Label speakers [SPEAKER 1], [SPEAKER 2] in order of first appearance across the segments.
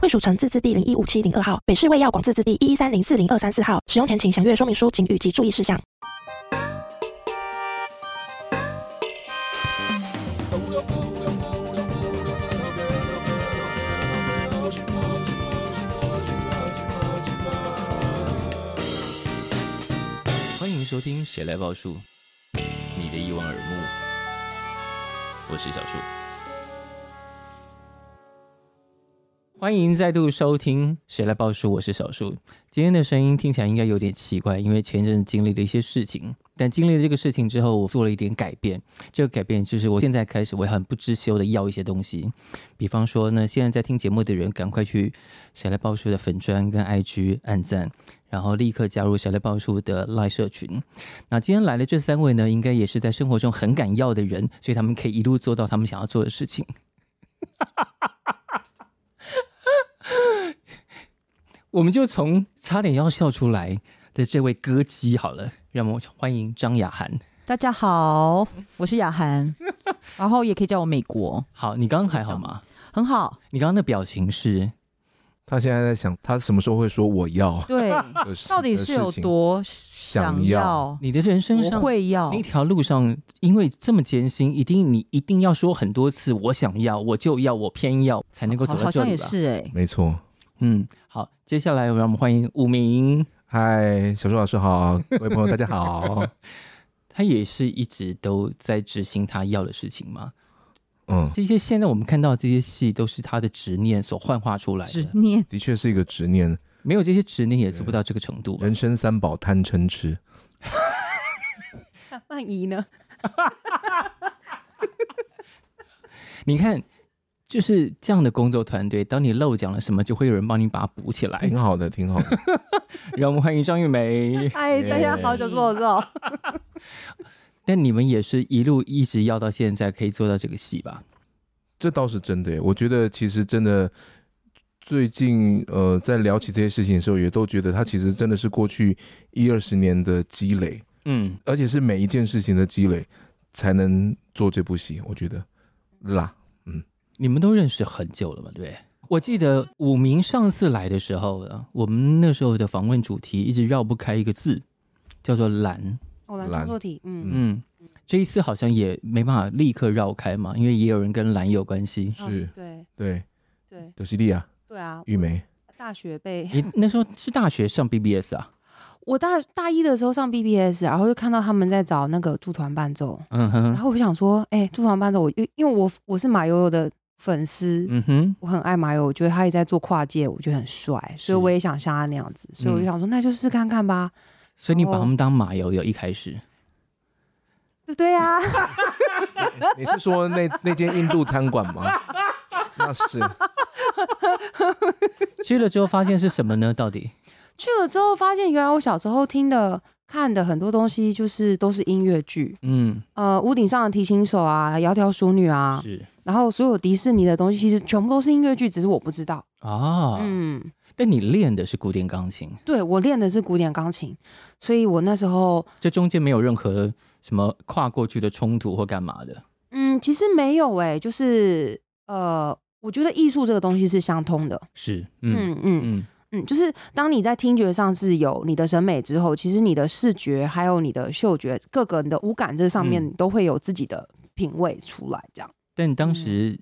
[SPEAKER 1] 惠蜀城自治地零一五七零二号，北市卫药广自治地一一三零四零二三四号。使用前请详阅说明书、警语及注意事项。
[SPEAKER 2] 欢迎收听《谁来报数》，你的一望而目，我是小树。欢迎再度收听《谁来报数》，我是小树。今天的声音听起来应该有点奇怪，因为前一阵子经历了一些事情，但经历了这个事情之后，我做了一点改变。这个改变就是我现在开始，我很不知羞的要一些东西，比方说呢，现在在听节目的人，赶快去《谁来报数》的粉砖跟 IG 按赞。然后立刻加入谁来报数的 Live 社群。那今天来的这三位呢，应该也是在生活中很敢要的人，所以他们可以一路做到他们想要做的事情。 我们就从差点要笑出来的这位歌姬好了，让我们欢迎张雅涵。
[SPEAKER 3] 大家好，我是雅涵， 然后也可以叫我美国，
[SPEAKER 2] 好，你刚刚还好吗？
[SPEAKER 3] 很好。
[SPEAKER 2] 你刚刚的表情是
[SPEAKER 4] 他现在在想，他什么时候会说我要？
[SPEAKER 3] 对，啊
[SPEAKER 4] 的事
[SPEAKER 3] 到底是有？多想
[SPEAKER 4] 想
[SPEAKER 3] 要
[SPEAKER 4] 要？
[SPEAKER 2] 你的人生
[SPEAKER 3] 我
[SPEAKER 2] 上
[SPEAKER 3] 会要
[SPEAKER 2] 那条路上，因为这么艰辛，一定你一定要说很多次“我想要，我就要，我偏要”，才能够走
[SPEAKER 3] 好
[SPEAKER 2] 到
[SPEAKER 3] 好
[SPEAKER 2] 这
[SPEAKER 3] 像
[SPEAKER 2] 里吧？
[SPEAKER 3] 也是哎、
[SPEAKER 4] 没错。
[SPEAKER 2] 嗯，好，接下来让我们欢迎武明，
[SPEAKER 4] 嗨，小树老师好，各位朋友大 家好。
[SPEAKER 2] 他也是一直都在执行他要的事情嘛。
[SPEAKER 4] 嗯，
[SPEAKER 2] 这些现在我们看到的这些戏，都是他的执念所幻化出来
[SPEAKER 3] 执
[SPEAKER 2] 的，
[SPEAKER 3] 念
[SPEAKER 4] 的确是一个执念，
[SPEAKER 2] 没有这些执念也做不到这个程度吧。
[SPEAKER 4] 人生三宝贪嗔痴。
[SPEAKER 3] 万一呢？
[SPEAKER 2] 你看，就是这样的工作团队，当你漏讲了什么，就会有人帮你把它补起
[SPEAKER 3] 哎
[SPEAKER 2] 来
[SPEAKER 4] 挺。好的，挺 好的。
[SPEAKER 2] 让我们欢迎张玉梅。
[SPEAKER 3] 哎，大家好，小硕硕，
[SPEAKER 2] 但你们也是一路一直要到现在，可以做到这个戏吧？
[SPEAKER 4] 这倒是真的耶，我觉得其实真的，最近呃，在聊起这些事情的时候，也都觉得他其实真的是过去一二十年的积累，
[SPEAKER 2] 嗯，
[SPEAKER 4] 而且是每一件事情的积累，才能做这部戏。我觉得啦，
[SPEAKER 2] 你们都认识很久了嘛，对不对？我记得武明上次来的时候呢，我们那时候的访问主题一直绕不开一个字，叫做懒。
[SPEAKER 5] 偶然
[SPEAKER 4] 懒
[SPEAKER 5] 工作体，嗯，
[SPEAKER 2] 嗯，这一次好像也没办法立刻绕开嘛，因为也有人跟懒有关 系。
[SPEAKER 5] 哦
[SPEAKER 4] 是
[SPEAKER 5] 对
[SPEAKER 4] 对，
[SPEAKER 5] 对
[SPEAKER 4] 德西利亚、
[SPEAKER 5] 对啊，
[SPEAKER 4] 玉梅，
[SPEAKER 5] 大学被
[SPEAKER 2] 你那时候是大学上 BBS 啊？
[SPEAKER 5] 我大大一的时候上 BBS，然后就看到他们在找那个驻团伴奏，
[SPEAKER 2] 嗯
[SPEAKER 5] 然
[SPEAKER 2] 哼，
[SPEAKER 5] 后我就想说，哎、驻团伴奏，我因因为我我是马友友的粉丝。
[SPEAKER 2] 嗯哼，
[SPEAKER 5] 我很爱马友，我觉得他也在做跨界，我觉得很帅，所以我也想像他那样子，所以
[SPEAKER 2] 嗯
[SPEAKER 5] 我就想说，那就试看看吧。
[SPEAKER 2] 所以你把他们当马友友一开始，
[SPEAKER 5] 对对啊，
[SPEAKER 4] 你是说那那间印度餐馆 吗？那是啊
[SPEAKER 5] 哦
[SPEAKER 2] 去了之后发现是什么呢？到底？
[SPEAKER 5] 去了之后发现，原来我小时候听的、看的很多东西，就是都是音乐剧，
[SPEAKER 2] 嗯，
[SPEAKER 5] 呃，屋顶上的提琴手啊，窈窕淑女啊，
[SPEAKER 2] 是
[SPEAKER 5] 然后所有迪士尼的东西其实全部都是音乐剧，只是我不知道。
[SPEAKER 2] 啊。
[SPEAKER 5] 嗯，
[SPEAKER 2] 但你练的是古典钢琴，
[SPEAKER 5] 对我练的是古典钢琴，所以我那时候
[SPEAKER 2] 这中间没有任何什么跨过去的冲突或干嘛的。
[SPEAKER 5] 嗯，其实没有哎、就是呃，我觉得艺术这个东西是相通的。
[SPEAKER 2] 是，
[SPEAKER 5] 嗯嗯
[SPEAKER 2] 嗯
[SPEAKER 5] 嗯，就是当你在听觉上是有你的审美之后，其实你的视觉还有你的嗅觉，各个你的五感这上面
[SPEAKER 2] 嗯
[SPEAKER 5] 都会有自己的品味出来。这样，
[SPEAKER 2] 但当
[SPEAKER 5] 嗯
[SPEAKER 2] 时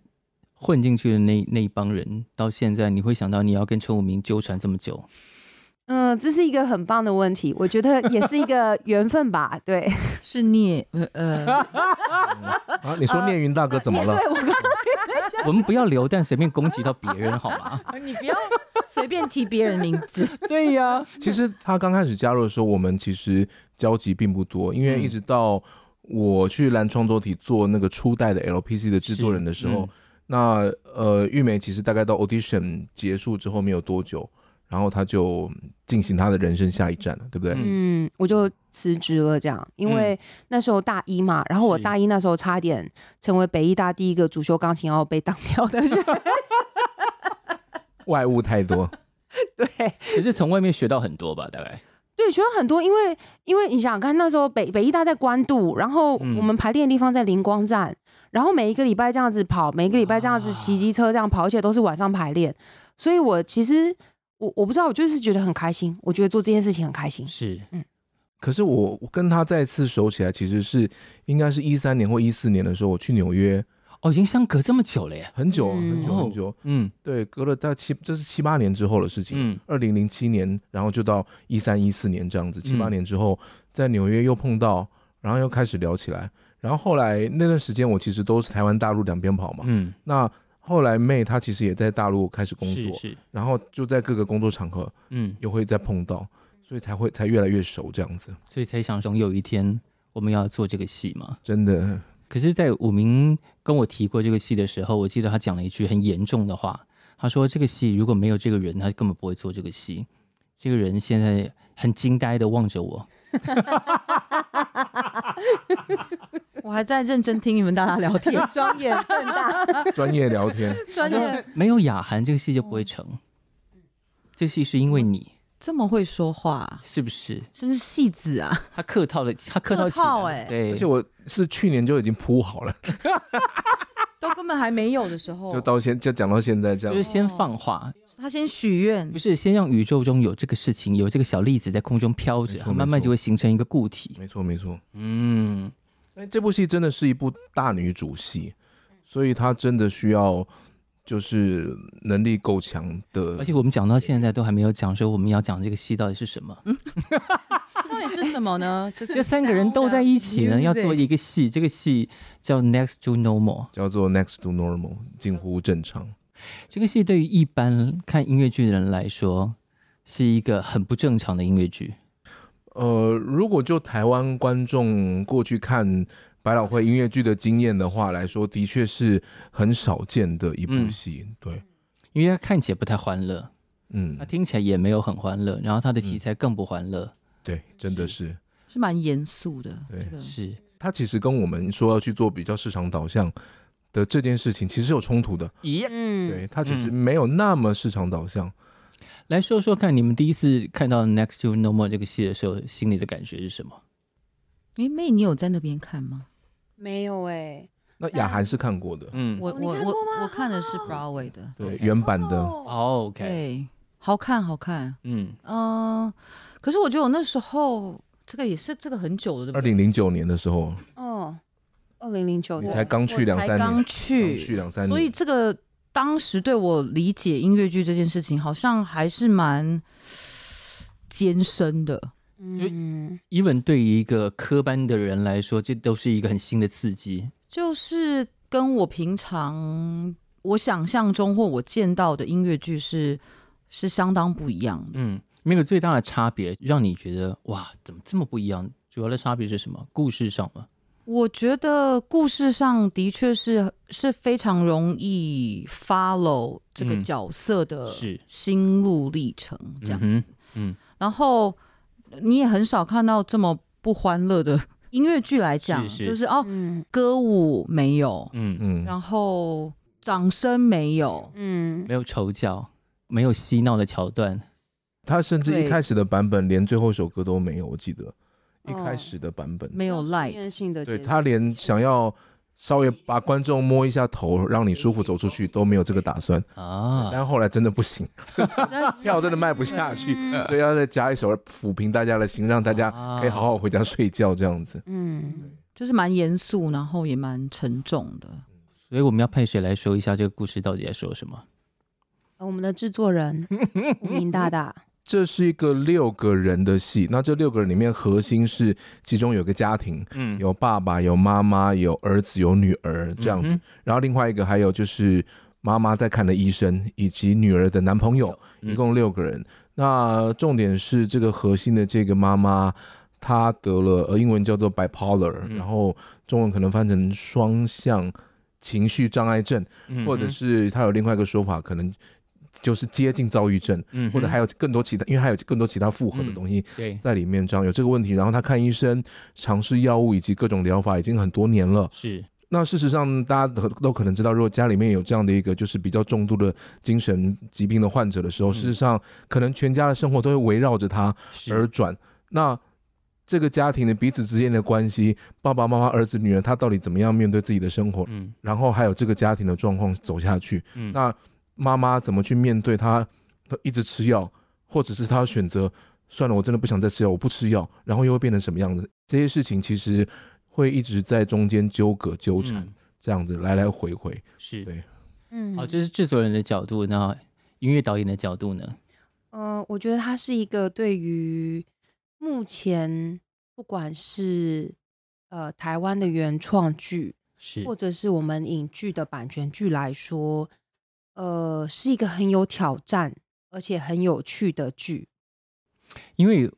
[SPEAKER 2] 混进去的那那一帮人，到现在你会想到你要跟陈武明纠缠这么久，
[SPEAKER 5] 嗯，这是一个很棒的问题，我觉得也是一个 缘分吧。对，
[SPEAKER 3] 是孽呃呃，
[SPEAKER 4] 啊，你说
[SPEAKER 2] 呃
[SPEAKER 4] 念云大哥怎么了？
[SPEAKER 5] 对我刚
[SPEAKER 2] 我们不要流弹随便攻击到别人好吗？
[SPEAKER 3] 你不要随便提别人名字。
[SPEAKER 2] 对呀、
[SPEAKER 4] 其实他刚开始加入的时候，我们其实交集并不多，因为一直到我去蓝创作体做那个初代的 LPC 的制作人的时候，
[SPEAKER 2] 是嗯
[SPEAKER 4] 那呃，玉梅其实大概到 audition 结束之后没有多久，然后她就进行她的人生下一站了，对不对？
[SPEAKER 2] 嗯
[SPEAKER 5] 嗯，我就辞职了，这样，
[SPEAKER 4] 嗯
[SPEAKER 5] 因为那时候大一嘛，然后我
[SPEAKER 2] 是
[SPEAKER 5] 大一那时候差点成为北艺大第一个主修钢琴然后被当掉 的人，
[SPEAKER 4] 外物太 多，
[SPEAKER 5] 对，
[SPEAKER 2] 可是从外面学到很多吧，大概
[SPEAKER 5] 对，学了很多，因为因为你想想看，那时候北北医大在关渡，然后
[SPEAKER 4] 嗯
[SPEAKER 5] 我们排练的地方在灵光站，然后每一个礼拜这样子跑，每一个礼拜这样子骑机车这样跑，而且都是晚上排练，所以我其实我我不知道，我就是觉得很开心，我觉得做这件事情很开心。
[SPEAKER 2] 是
[SPEAKER 4] 可是我我跟她再次熟起来，其实是应该是一三年或一四年的时候，我去纽约，
[SPEAKER 2] 哦，已经相隔这么久了耶。
[SPEAKER 4] 很久啊
[SPEAKER 5] 嗯
[SPEAKER 4] 很久
[SPEAKER 2] 哦
[SPEAKER 4] 很久，
[SPEAKER 2] 嗯
[SPEAKER 4] 对，隔了大概七，这是七八年之后的事情。
[SPEAKER 2] 嗯，
[SPEAKER 4] 二零零七年，然后就到一三一四年这样子，七八
[SPEAKER 2] 嗯
[SPEAKER 4] 年之后，在纽约又碰到，然后又开始聊起来。然后后来那段时间，我其实都是台湾、大陆两边跑嘛。
[SPEAKER 2] 嗯，
[SPEAKER 4] 那后来妹她其实也在大陆开始工
[SPEAKER 2] 是
[SPEAKER 4] 作，
[SPEAKER 2] 是，
[SPEAKER 4] 然后就在各个工作场合
[SPEAKER 2] 嗯，
[SPEAKER 4] 又会再碰到，所以才会才越来越熟这样子。
[SPEAKER 2] 所以才想说有一天我们要做这个戏嘛。
[SPEAKER 4] 真的，
[SPEAKER 2] 可是，在武明跟我提过这个戏的时候，我记得他讲了一句很严重的话，他说：“这个戏如果没有这个人，他根本不会做这个戏。”这个人现在很惊呆的望着我，
[SPEAKER 3] 我还在认真听你们大家聊天， 双眼瞪大，
[SPEAKER 4] 专业聊天，
[SPEAKER 3] 双眼
[SPEAKER 2] 没有雅涵，这个戏就不会成。这戏是因为你，
[SPEAKER 3] 这么会说话，
[SPEAKER 2] 是不是？
[SPEAKER 3] 真是戏子啊！
[SPEAKER 2] 他客套了，他客套起来
[SPEAKER 3] 客套
[SPEAKER 2] 了，
[SPEAKER 3] 欸
[SPEAKER 2] 对
[SPEAKER 4] 而且，我是去年就已经铺好了，
[SPEAKER 3] 都根本还没有的时候
[SPEAKER 4] 就到现就讲到现在这
[SPEAKER 2] 就是。
[SPEAKER 4] 样
[SPEAKER 2] 先放话，
[SPEAKER 3] 他先许愿
[SPEAKER 2] 不，是先让宇宙中有这个事情，有这个小粒子在空中飘
[SPEAKER 4] 没
[SPEAKER 2] 着，
[SPEAKER 4] 错
[SPEAKER 2] 它慢慢
[SPEAKER 4] 没错
[SPEAKER 2] 就会形成一个固体。
[SPEAKER 4] 没错，没错。
[SPEAKER 2] 嗯，
[SPEAKER 4] 哎，这部戏真的是一部大女主戏，
[SPEAKER 2] 嗯
[SPEAKER 4] 所以她真的需要就是能力够强的，
[SPEAKER 2] 而且我们讲到现在都还没有讲说我们要讲这个戏到底是什么。
[SPEAKER 3] 到底是什啊么呢？就
[SPEAKER 2] 这三个人斗在一起呢，
[SPEAKER 3] Music
[SPEAKER 2] 要做一个戏，这个戏叫《Next to Normal》。
[SPEAKER 4] 叫做 next to normal，近乎正常。
[SPEAKER 2] 这个戏对于一般看音乐剧的人来说，是一个很不正常的音乐剧。
[SPEAKER 4] 呃，如果就台湾观众过去看百老汇音乐剧的经验的话来说，的确是很少见的一
[SPEAKER 2] 嗯
[SPEAKER 4] 部戏。对，
[SPEAKER 2] 因为它看起来不太欢乐，
[SPEAKER 4] 嗯
[SPEAKER 2] 它，听起来也没有很欢乐，然后它的题材更不欢乐。
[SPEAKER 4] 对，真的是。
[SPEAKER 3] 是蛮严肃的。
[SPEAKER 4] 对
[SPEAKER 3] 这个
[SPEAKER 2] 是，
[SPEAKER 4] 他其实跟我们说要去做比较市场导向的这件事情，其实是有冲突的。
[SPEAKER 2] 咦、
[SPEAKER 5] 嗯，
[SPEAKER 4] 对，他其实
[SPEAKER 2] 嗯
[SPEAKER 4] 没有那么市场导向。
[SPEAKER 2] 来说说看，你们第一次看到《Next to Normal》这个戏的时候，心里的感觉是什么？
[SPEAKER 3] 诶，妹，你有在那边看吗？
[SPEAKER 5] 没有哎、
[SPEAKER 4] 那雅涵是看过的，
[SPEAKER 2] 嗯，
[SPEAKER 3] 我我我我看的是 Broadway 的，
[SPEAKER 4] 对，啊原版的，
[SPEAKER 2] 哦，OK，
[SPEAKER 3] 对，好看好看，
[SPEAKER 2] 嗯，
[SPEAKER 3] 嗯、可是我觉得我那时候这个也是这个很久了，对不
[SPEAKER 4] 二
[SPEAKER 3] 对？
[SPEAKER 4] 零零九年的时候，
[SPEAKER 5] 哦，二零零九
[SPEAKER 4] 你
[SPEAKER 5] 年
[SPEAKER 4] 才刚去两三
[SPEAKER 3] 我才
[SPEAKER 4] 年
[SPEAKER 3] 刚，
[SPEAKER 4] 刚
[SPEAKER 3] 去，
[SPEAKER 4] 去两三
[SPEAKER 3] 所以
[SPEAKER 4] 年，
[SPEAKER 3] 这个当时对我理解音乐剧这件事情，好像还是蛮艰深的。
[SPEAKER 5] 嗯，
[SPEAKER 2] even 对于一个科班的人来说，这都是一个很新的刺激。
[SPEAKER 3] 就是跟我平常我想象中或我见到的音乐剧是是相当不一样的。
[SPEAKER 2] 嗯，没有最大的差别，让你觉得哇，怎么这么不一样？主要的差别是什么？故事上吗？
[SPEAKER 3] 我觉得故事上的确是是非常容易 follow 这个
[SPEAKER 2] 嗯
[SPEAKER 3] 角色的
[SPEAKER 2] 是
[SPEAKER 3] 心路历程这样，
[SPEAKER 2] 嗯
[SPEAKER 3] 然后你也很少看到这么不欢乐的音乐剧来讲，
[SPEAKER 2] 是是
[SPEAKER 3] 就是哦，
[SPEAKER 5] 嗯
[SPEAKER 3] 歌舞没有，
[SPEAKER 2] 哼嗯，
[SPEAKER 4] 嗯，
[SPEAKER 3] 然后掌声没有，
[SPEAKER 5] 嗯
[SPEAKER 2] 没有丑角，没有嬉闹的桥段，
[SPEAKER 4] 他甚至一
[SPEAKER 3] 对
[SPEAKER 4] 开始的版本连最后一首歌都没有，我记得一
[SPEAKER 5] 哦
[SPEAKER 4] 开始的版本，
[SPEAKER 3] 没有 light，
[SPEAKER 5] 性的
[SPEAKER 4] 对
[SPEAKER 5] 节
[SPEAKER 4] 他连想要稍微把观众摸一下头，让你舒服走出去都没有这个打算，
[SPEAKER 2] 啊，
[SPEAKER 4] 但后来真的 不行， 票真的卖不下去，
[SPEAKER 3] 嗯
[SPEAKER 4] 所以要再加一首抚平大家的心，让大家
[SPEAKER 3] 啊
[SPEAKER 4] 可以好好回家睡觉这样子。
[SPEAKER 5] 嗯，
[SPEAKER 3] 就是蛮严肃，然后也蛮沉重的。
[SPEAKER 2] 所以我们要派谁来说一下这个故事到底在说什么？
[SPEAKER 5] 呃我们的制 作人吴明大大，
[SPEAKER 4] 这是一个六个人的戏，那这六个人里面核心是其中有个家庭，
[SPEAKER 2] 嗯
[SPEAKER 4] 有爸爸、有妈妈、有儿子、有女儿这样子，
[SPEAKER 2] 嗯
[SPEAKER 4] 然后另外一个还有就是妈妈在看的医生，以及女儿的男朋友，
[SPEAKER 2] 嗯
[SPEAKER 4] 一共六个人。那重点是这个核心的这个妈妈，她得了呃英文叫做 bipolar，、
[SPEAKER 2] 嗯
[SPEAKER 4] 然后中文可能翻成双向情绪障碍症，
[SPEAKER 2] 嗯
[SPEAKER 4] 或者是他有另外一个说法，可能就是接近躁郁症，
[SPEAKER 2] 嗯哼嗯
[SPEAKER 4] 或者还有更多其他，因为还有更多其他复合的东西
[SPEAKER 2] 对
[SPEAKER 4] 在里面。这样有这个问题，然后他看医生，尝试药物以及各种疗法已经很多年了。
[SPEAKER 2] 是
[SPEAKER 4] 那事实上，大家都都可能知道，如果家里面有这样的一个就是比较重度的精神疾病的患者的时候，
[SPEAKER 2] 嗯
[SPEAKER 4] 事实上可能全家的生活都会围绕着他
[SPEAKER 2] 是
[SPEAKER 4] 而转。那这个家庭的彼此之间的关系，爸爸妈妈、儿子、女儿，他到底怎么样面对自己的生活？
[SPEAKER 2] 嗯
[SPEAKER 4] 然后还有这个家庭的状况走下去，
[SPEAKER 2] 嗯
[SPEAKER 4] 那妈妈怎么去面对她她一直吃药，或者是她选择算了，我真的不想再吃药，我不吃药，然后又会变成什么样子？这些事情其实会一直在中间纠葛纠缠，
[SPEAKER 2] 嗯
[SPEAKER 4] 这样子来来回回。
[SPEAKER 2] 是
[SPEAKER 4] 对
[SPEAKER 5] 嗯
[SPEAKER 2] 哦，这是制作人的角度，那音乐导演的角度呢？
[SPEAKER 5] 嗯，我觉得它是一个对于目前不管是呃台湾的原创剧，
[SPEAKER 2] 是
[SPEAKER 5] 或者是我们影剧的版权剧来说，呃，是一个很有挑战而且很有趣的剧。
[SPEAKER 2] 因为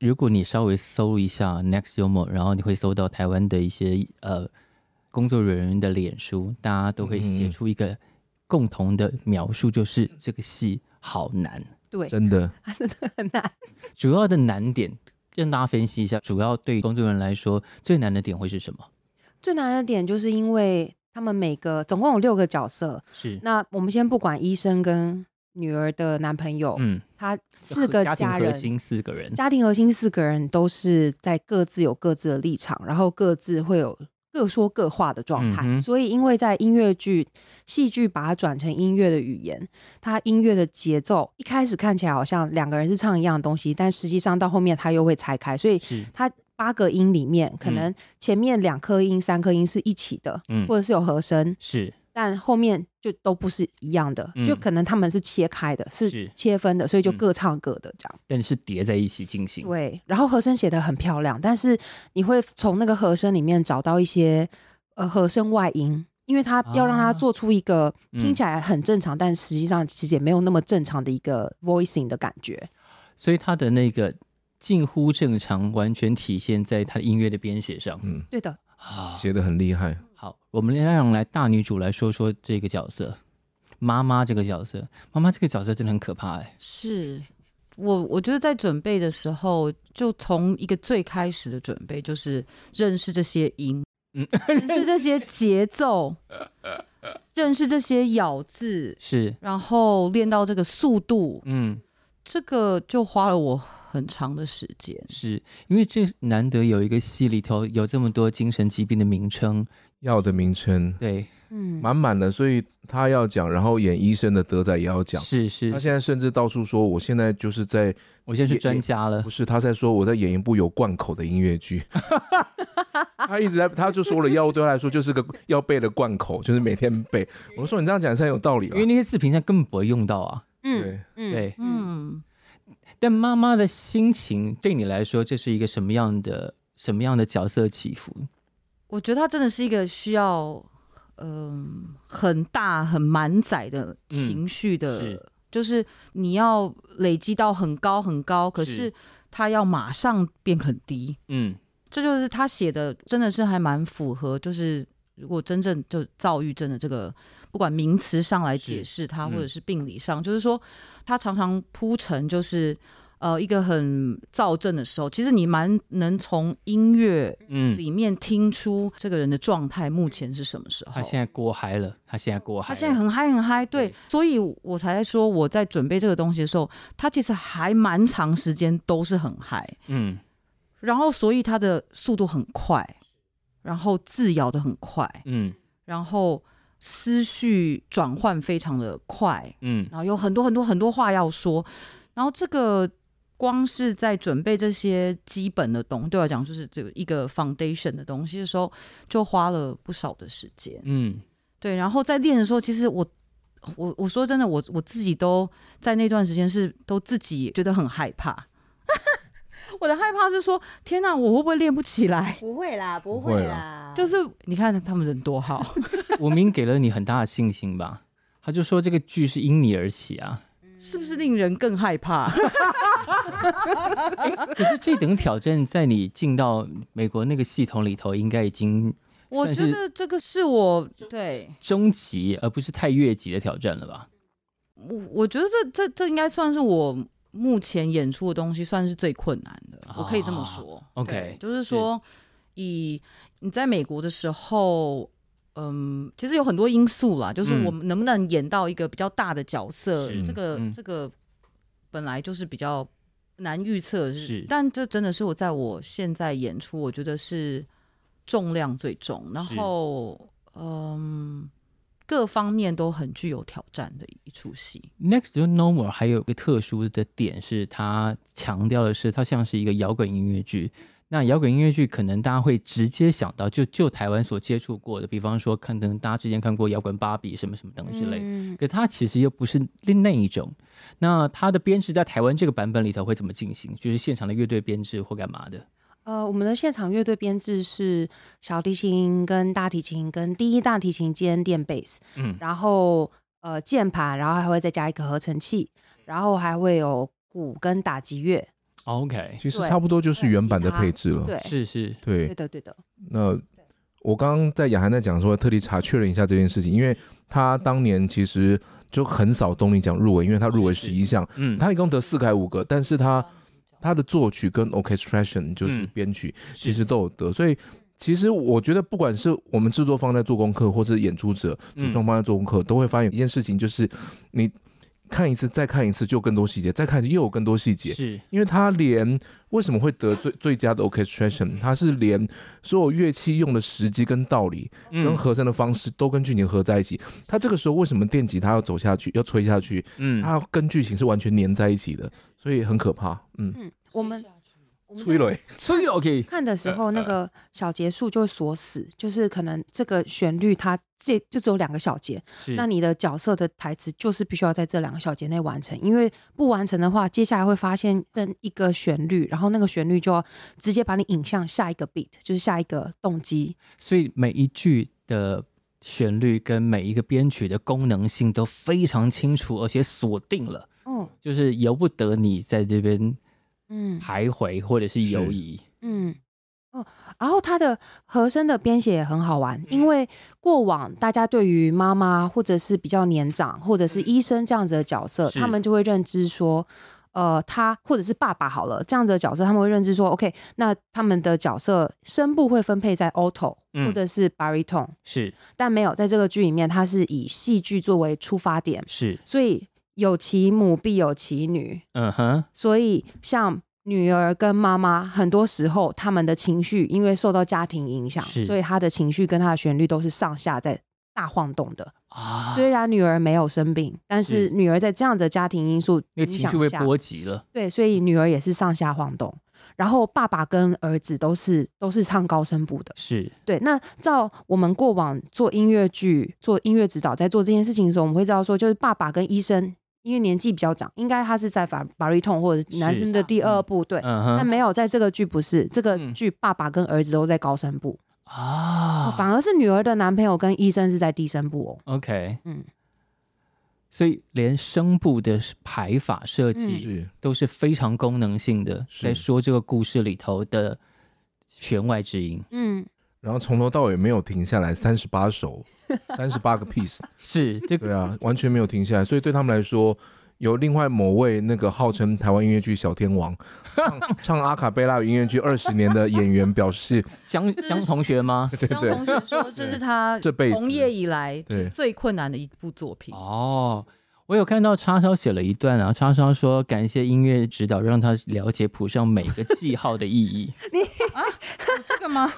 [SPEAKER 2] 如果你稍微搜一下 Next Yomo，然后你会搜到台湾的一些呃工作人员的脸书，大家都会
[SPEAKER 4] 嗯嗯
[SPEAKER 2] 写
[SPEAKER 4] 嗯
[SPEAKER 2] 出一个共同的描述，就是这个戏好难。
[SPEAKER 5] 对，
[SPEAKER 4] 真的，
[SPEAKER 5] 真的很难。
[SPEAKER 2] 主要的难点让大家分析一下，主要对工作人员来说最难的点会是什么？
[SPEAKER 5] 最难的点就是因为他们每个总共有六个角色，
[SPEAKER 2] 是
[SPEAKER 5] 那我们先不管医生跟女儿的男朋友，
[SPEAKER 2] 嗯，
[SPEAKER 5] 他四个
[SPEAKER 2] 家庭
[SPEAKER 5] 家
[SPEAKER 2] 核
[SPEAKER 5] 人。
[SPEAKER 2] 心四个人，
[SPEAKER 5] 家庭核心四个人都是在各自有各自的立场，然后各自会有各说各话的状态。
[SPEAKER 2] 嗯哼
[SPEAKER 5] 所以，因为在音乐剧、戏剧把它转成音乐的语言，它音乐的节奏一开始看起来好像两个人是唱一样的东西，但实际上到后面它又会拆开，所以
[SPEAKER 2] 是
[SPEAKER 5] 它八个音里面，可能前面两颗音、三颗音是一起的，
[SPEAKER 2] 嗯
[SPEAKER 5] 或者是有和声，
[SPEAKER 2] 是
[SPEAKER 5] 但后面就都不是一样的，
[SPEAKER 2] 嗯
[SPEAKER 5] 就可能他们是切开的，
[SPEAKER 2] 是
[SPEAKER 5] 是切分的，所以就
[SPEAKER 2] 嗯
[SPEAKER 5] 各唱各的这样。
[SPEAKER 2] 但是叠在一起进行，
[SPEAKER 5] 对，然后和声写的很漂亮，但是你会从那个和声里面找到一些呃和声外音，因为它要让它
[SPEAKER 2] 啊
[SPEAKER 5] 做出一个、听
[SPEAKER 2] 嗯
[SPEAKER 5] 起来很正常，但实际上其实也没有那么正常的一个 voicing 的感觉。
[SPEAKER 2] 所以他的那个近乎正常，完全体现在他的音乐的编写上
[SPEAKER 4] 嗯，
[SPEAKER 5] 对的，
[SPEAKER 2] 啊。
[SPEAKER 4] 写的很厉害。
[SPEAKER 2] 好，我们让来大女主来说说这个角色，妈妈这个角色，妈妈这个角色真的很可怕哎、
[SPEAKER 3] 是我，我觉得在准备的时候，就从一个最开始的准备，就是认识这些音，
[SPEAKER 2] 嗯
[SPEAKER 3] 认识这些节奏，认识这些咬字，
[SPEAKER 2] 是，
[SPEAKER 3] 然后练到这个速度，
[SPEAKER 2] 嗯，
[SPEAKER 3] 这个就花了我很长的时间。
[SPEAKER 2] 是因为这难得有一个戏里头有这么多精神疾病的名称，
[SPEAKER 4] 药的名称
[SPEAKER 2] 对，
[SPEAKER 5] 嗯，
[SPEAKER 4] 满满的，所以他要讲，然后演医生的德仔也要讲。
[SPEAKER 2] 是是
[SPEAKER 4] 他，现在甚至到处说，我现在就是在
[SPEAKER 2] 我现在是
[SPEAKER 4] 也
[SPEAKER 2] 专家了
[SPEAKER 4] 不，是，他在说我在演一部有贯口的音乐剧。他一直在，他就说了，药物对他来说就是个要背的贯口，就是每天背。我就说你这样讲是很有道理
[SPEAKER 2] 因
[SPEAKER 4] 了
[SPEAKER 2] 为。那些字平常根本不会用到啊，
[SPEAKER 5] 嗯
[SPEAKER 4] 对，
[SPEAKER 5] 嗯
[SPEAKER 2] 对。
[SPEAKER 3] 嗯，
[SPEAKER 2] 但妈妈的心情对你来说，这是一个什么样的什么样的角色起伏？
[SPEAKER 3] 我觉得它真的是一个需要，嗯、很大很满载的情绪的，
[SPEAKER 2] 嗯是
[SPEAKER 3] 就是你要累积到很高很高，可
[SPEAKER 2] 是
[SPEAKER 3] 是它要马上变很低。
[SPEAKER 2] 嗯，
[SPEAKER 3] 这就是他写的，真的是还蛮符合，就是如果真正就躁郁症的这个，不管名词上来解释它，
[SPEAKER 2] 嗯
[SPEAKER 3] 或者是病理上，就是说他常常铺陈，就是呃一个很躁症的时候，其实你蛮能从音乐
[SPEAKER 2] 嗯，
[SPEAKER 3] 里面听出这个人的状态目前是什么时候。
[SPEAKER 2] 他现在过嗨了，他现在过嗨
[SPEAKER 3] 他
[SPEAKER 2] 了，
[SPEAKER 3] 现在很嗨很嗨，对，
[SPEAKER 2] 对
[SPEAKER 3] 所以我才在说我在准备这个东西的时候，他其实还蛮长时间都是很嗨，
[SPEAKER 2] 嗯
[SPEAKER 3] 然后所以他的速度很快，然后字咬得很快，
[SPEAKER 2] 嗯
[SPEAKER 3] 然后思绪转换非常的快，
[SPEAKER 2] 嗯
[SPEAKER 3] 然后有很多很多很多话要说，然后这个光是在准备这些基本的东，对我来讲就是这个一个 foundation 的东西的时候，就花了不少的时间。
[SPEAKER 2] 嗯，
[SPEAKER 3] 对，然后在练的时候，其实我。我我说真的，我我自己都在那段时间是都自己觉得很害怕。 我的害怕是说，天哪，我会不会练不起来？
[SPEAKER 6] 不会啦，不
[SPEAKER 4] 会啦
[SPEAKER 6] 啦，
[SPEAKER 3] 就是你看他们人多好，
[SPEAKER 2] 吴明给了你很大的信心吧？他就说这个剧是因你而起啊，
[SPEAKER 3] 是不是令人更害 怕？
[SPEAKER 2] 可是这等挑战在你进到美国那个系统里头，应该已经
[SPEAKER 3] 我
[SPEAKER 2] 算
[SPEAKER 3] 觉
[SPEAKER 2] 是
[SPEAKER 3] 得这个是我对
[SPEAKER 2] 中级而不是太越级的挑战了吧？
[SPEAKER 3] 我，我觉得这这这应该算是我目前演出的东西，算是最困难的，我可以这么说。
[SPEAKER 2] 啊 OK，
[SPEAKER 3] 对就是说，以你在美国的时候。嗯，其实有很多因素啦，就是
[SPEAKER 2] 嗯
[SPEAKER 3] 我们能不能演到一个比较大的角色，
[SPEAKER 2] 是
[SPEAKER 3] 这个、
[SPEAKER 2] 嗯
[SPEAKER 3] 这个本来就是比较难预测的事，
[SPEAKER 2] 是
[SPEAKER 3] 但这真的是我在我现在演出，我觉得是重量最重，然
[SPEAKER 2] 是
[SPEAKER 3] 后嗯，各方面都很具有挑战的一出戏。
[SPEAKER 2] Next to Normal 还有一个特殊的点是，它强调的是它像是一个摇滚音乐剧。那摇滚音乐剧可能大家会直接想到就，就台湾所接触过的，比方说，看可能大家之前看过摇滚芭比什么什么等之类的。
[SPEAKER 5] 嗯
[SPEAKER 2] 可它其实又不是另那一种。那它的编制在台湾这个版本里头会怎么进行？就是现场的乐队编制或干嘛的？
[SPEAKER 5] 呃，我们的现场乐队编制是小提琴跟大提琴跟第一大提琴兼电贝斯，
[SPEAKER 2] 嗯
[SPEAKER 5] 然后呃键盘，然后还会再加一个合成器，然后还会有鼓跟打击乐。
[SPEAKER 2] ，OK，
[SPEAKER 4] 其实
[SPEAKER 5] 对
[SPEAKER 4] 差不多就是原版的
[SPEAKER 5] 对
[SPEAKER 4] 配置了。
[SPEAKER 5] 对，
[SPEAKER 2] 是是，
[SPEAKER 4] 对
[SPEAKER 5] 对的，对的。
[SPEAKER 4] 那我刚刚在雅涵在讲说，特地查确认一下这件事情，因为他当年其实就很少东尼奖入围，因为他入围
[SPEAKER 2] 是是
[SPEAKER 4] 十一项，
[SPEAKER 2] 嗯，
[SPEAKER 4] 他一共得四个还五个，但是他他的作曲跟 orchestration 就是
[SPEAKER 2] 嗯
[SPEAKER 4] 编曲，其
[SPEAKER 2] 是
[SPEAKER 4] 实都有得，所以。其实我觉得，不管是我们制作方在做功课，或是演出者、
[SPEAKER 2] 嗯
[SPEAKER 4] 主创方在做功课，都会发现一件事情，就是你看一次、再看一次，就有更多细节；再看一次，又有更多细节。
[SPEAKER 2] 是
[SPEAKER 4] 因为他连为什么会得最最佳的
[SPEAKER 2] 嗯
[SPEAKER 4] orchestration，他是连所有乐器用的时机跟道理，跟
[SPEAKER 2] 嗯
[SPEAKER 4] 和声的方式都跟剧情合在一起。他这个时候为什么电吉他要走下去，要吹下去？
[SPEAKER 2] 嗯，
[SPEAKER 4] 他跟剧情是完全粘在一起的，所以很可怕。嗯，
[SPEAKER 5] 嗯，我们我们嗯
[SPEAKER 4] 催泪，
[SPEAKER 2] 所以 OK，
[SPEAKER 5] 看的时候，
[SPEAKER 2] 嗯
[SPEAKER 5] 那个小节数就会锁死，就是可能这个旋律它这就只有两个小节，
[SPEAKER 2] 是
[SPEAKER 5] 那你的角色的台词就是必须要在这两个小节内完成，因为不完成的话，接下来会发现跟一个旋律，然后那个旋律就要直接把你引向下一个 beat，就是下一个动机。
[SPEAKER 2] 所以每一句的旋律跟每一个编曲的功能性都非常清楚，而且锁定了，
[SPEAKER 5] 哦，
[SPEAKER 2] 就是由不得你在这边
[SPEAKER 5] 嗯
[SPEAKER 2] 徘徊或者是游
[SPEAKER 4] 是
[SPEAKER 2] 移。
[SPEAKER 5] 嗯。哦，然后它的和声的编写也很好玩，
[SPEAKER 2] 嗯
[SPEAKER 5] 因为过往大家对于妈妈或者是比较年长或者是医生这样子的角色，
[SPEAKER 2] 嗯是
[SPEAKER 5] 他们就会认知说，呃，他或者是爸爸好了这样子的角色，他们会认知说，OK，那他们的角色声部会分配在 alto
[SPEAKER 2] 嗯
[SPEAKER 5] 或者是 baritone，、
[SPEAKER 2] 是
[SPEAKER 5] 但没有在这个剧里面，它是以戏剧作为出发点，
[SPEAKER 2] 是，
[SPEAKER 5] 所以有其母必有其女，
[SPEAKER 2] 嗯哼，
[SPEAKER 5] 所以像女儿跟妈妈，很多时候他们的情绪因为受到家庭影响，
[SPEAKER 2] 是
[SPEAKER 5] 所以她的情绪跟她的旋律都是上下在大晃动的。
[SPEAKER 2] 啊，
[SPEAKER 5] 虽然女儿没有生病，但是
[SPEAKER 2] 是
[SPEAKER 5] 女儿在这样的家庭因素
[SPEAKER 2] 那
[SPEAKER 5] 影
[SPEAKER 2] 个情
[SPEAKER 5] 响
[SPEAKER 2] 绪被
[SPEAKER 5] 下，
[SPEAKER 2] 波及了。
[SPEAKER 5] 对，所以女儿也是上下晃动。然后爸爸跟儿子都是都是唱高声部的，
[SPEAKER 2] 是
[SPEAKER 5] 对，那照我们过往做音乐剧、做音乐指导，在做这件事情的时候，我们会知道说，就是爸爸跟医生，因为年纪比较长，应该他是在法法律痛或者
[SPEAKER 2] 是
[SPEAKER 5] 男生的第二部，对。
[SPEAKER 2] 嗯
[SPEAKER 5] 但
[SPEAKER 2] 哼
[SPEAKER 5] 没有在这个剧不是，这个
[SPEAKER 2] 嗯
[SPEAKER 5] 剧爸爸跟儿子都在高声部，哦
[SPEAKER 2] 啊，
[SPEAKER 5] 反而是女儿的男朋友跟医生是在低声部哦。
[SPEAKER 2] OK，
[SPEAKER 5] 嗯，
[SPEAKER 2] 所以连声部的排法设计
[SPEAKER 4] 是
[SPEAKER 2] 都是非常功能性的，
[SPEAKER 4] 是
[SPEAKER 2] 在说这个故事里头的弦外之音。
[SPEAKER 5] 嗯，
[SPEAKER 4] 然后从头到尾没有停下来，三十八首，三十八个 piece，
[SPEAKER 2] 是这
[SPEAKER 4] 对
[SPEAKER 2] 个
[SPEAKER 4] 啊，完全没有停下来，所以对他们来说。有另外某位那个号称台湾音乐剧小天王，唱 唱阿卡贝拉音乐剧二十年的演员表示，
[SPEAKER 2] 江
[SPEAKER 3] 这是
[SPEAKER 2] 江同学吗？
[SPEAKER 4] 对
[SPEAKER 3] 张
[SPEAKER 4] 对
[SPEAKER 3] 同学说，这是他
[SPEAKER 4] 这辈子
[SPEAKER 3] 从业以来
[SPEAKER 4] 对
[SPEAKER 3] 最困难的一部作品。
[SPEAKER 2] 哦，我有看到叉烧写了一段啊，叉烧说感谢音乐指导让他了解谱上每个记号的意 义。
[SPEAKER 3] 有这个吗？
[SPEAKER 5] 哦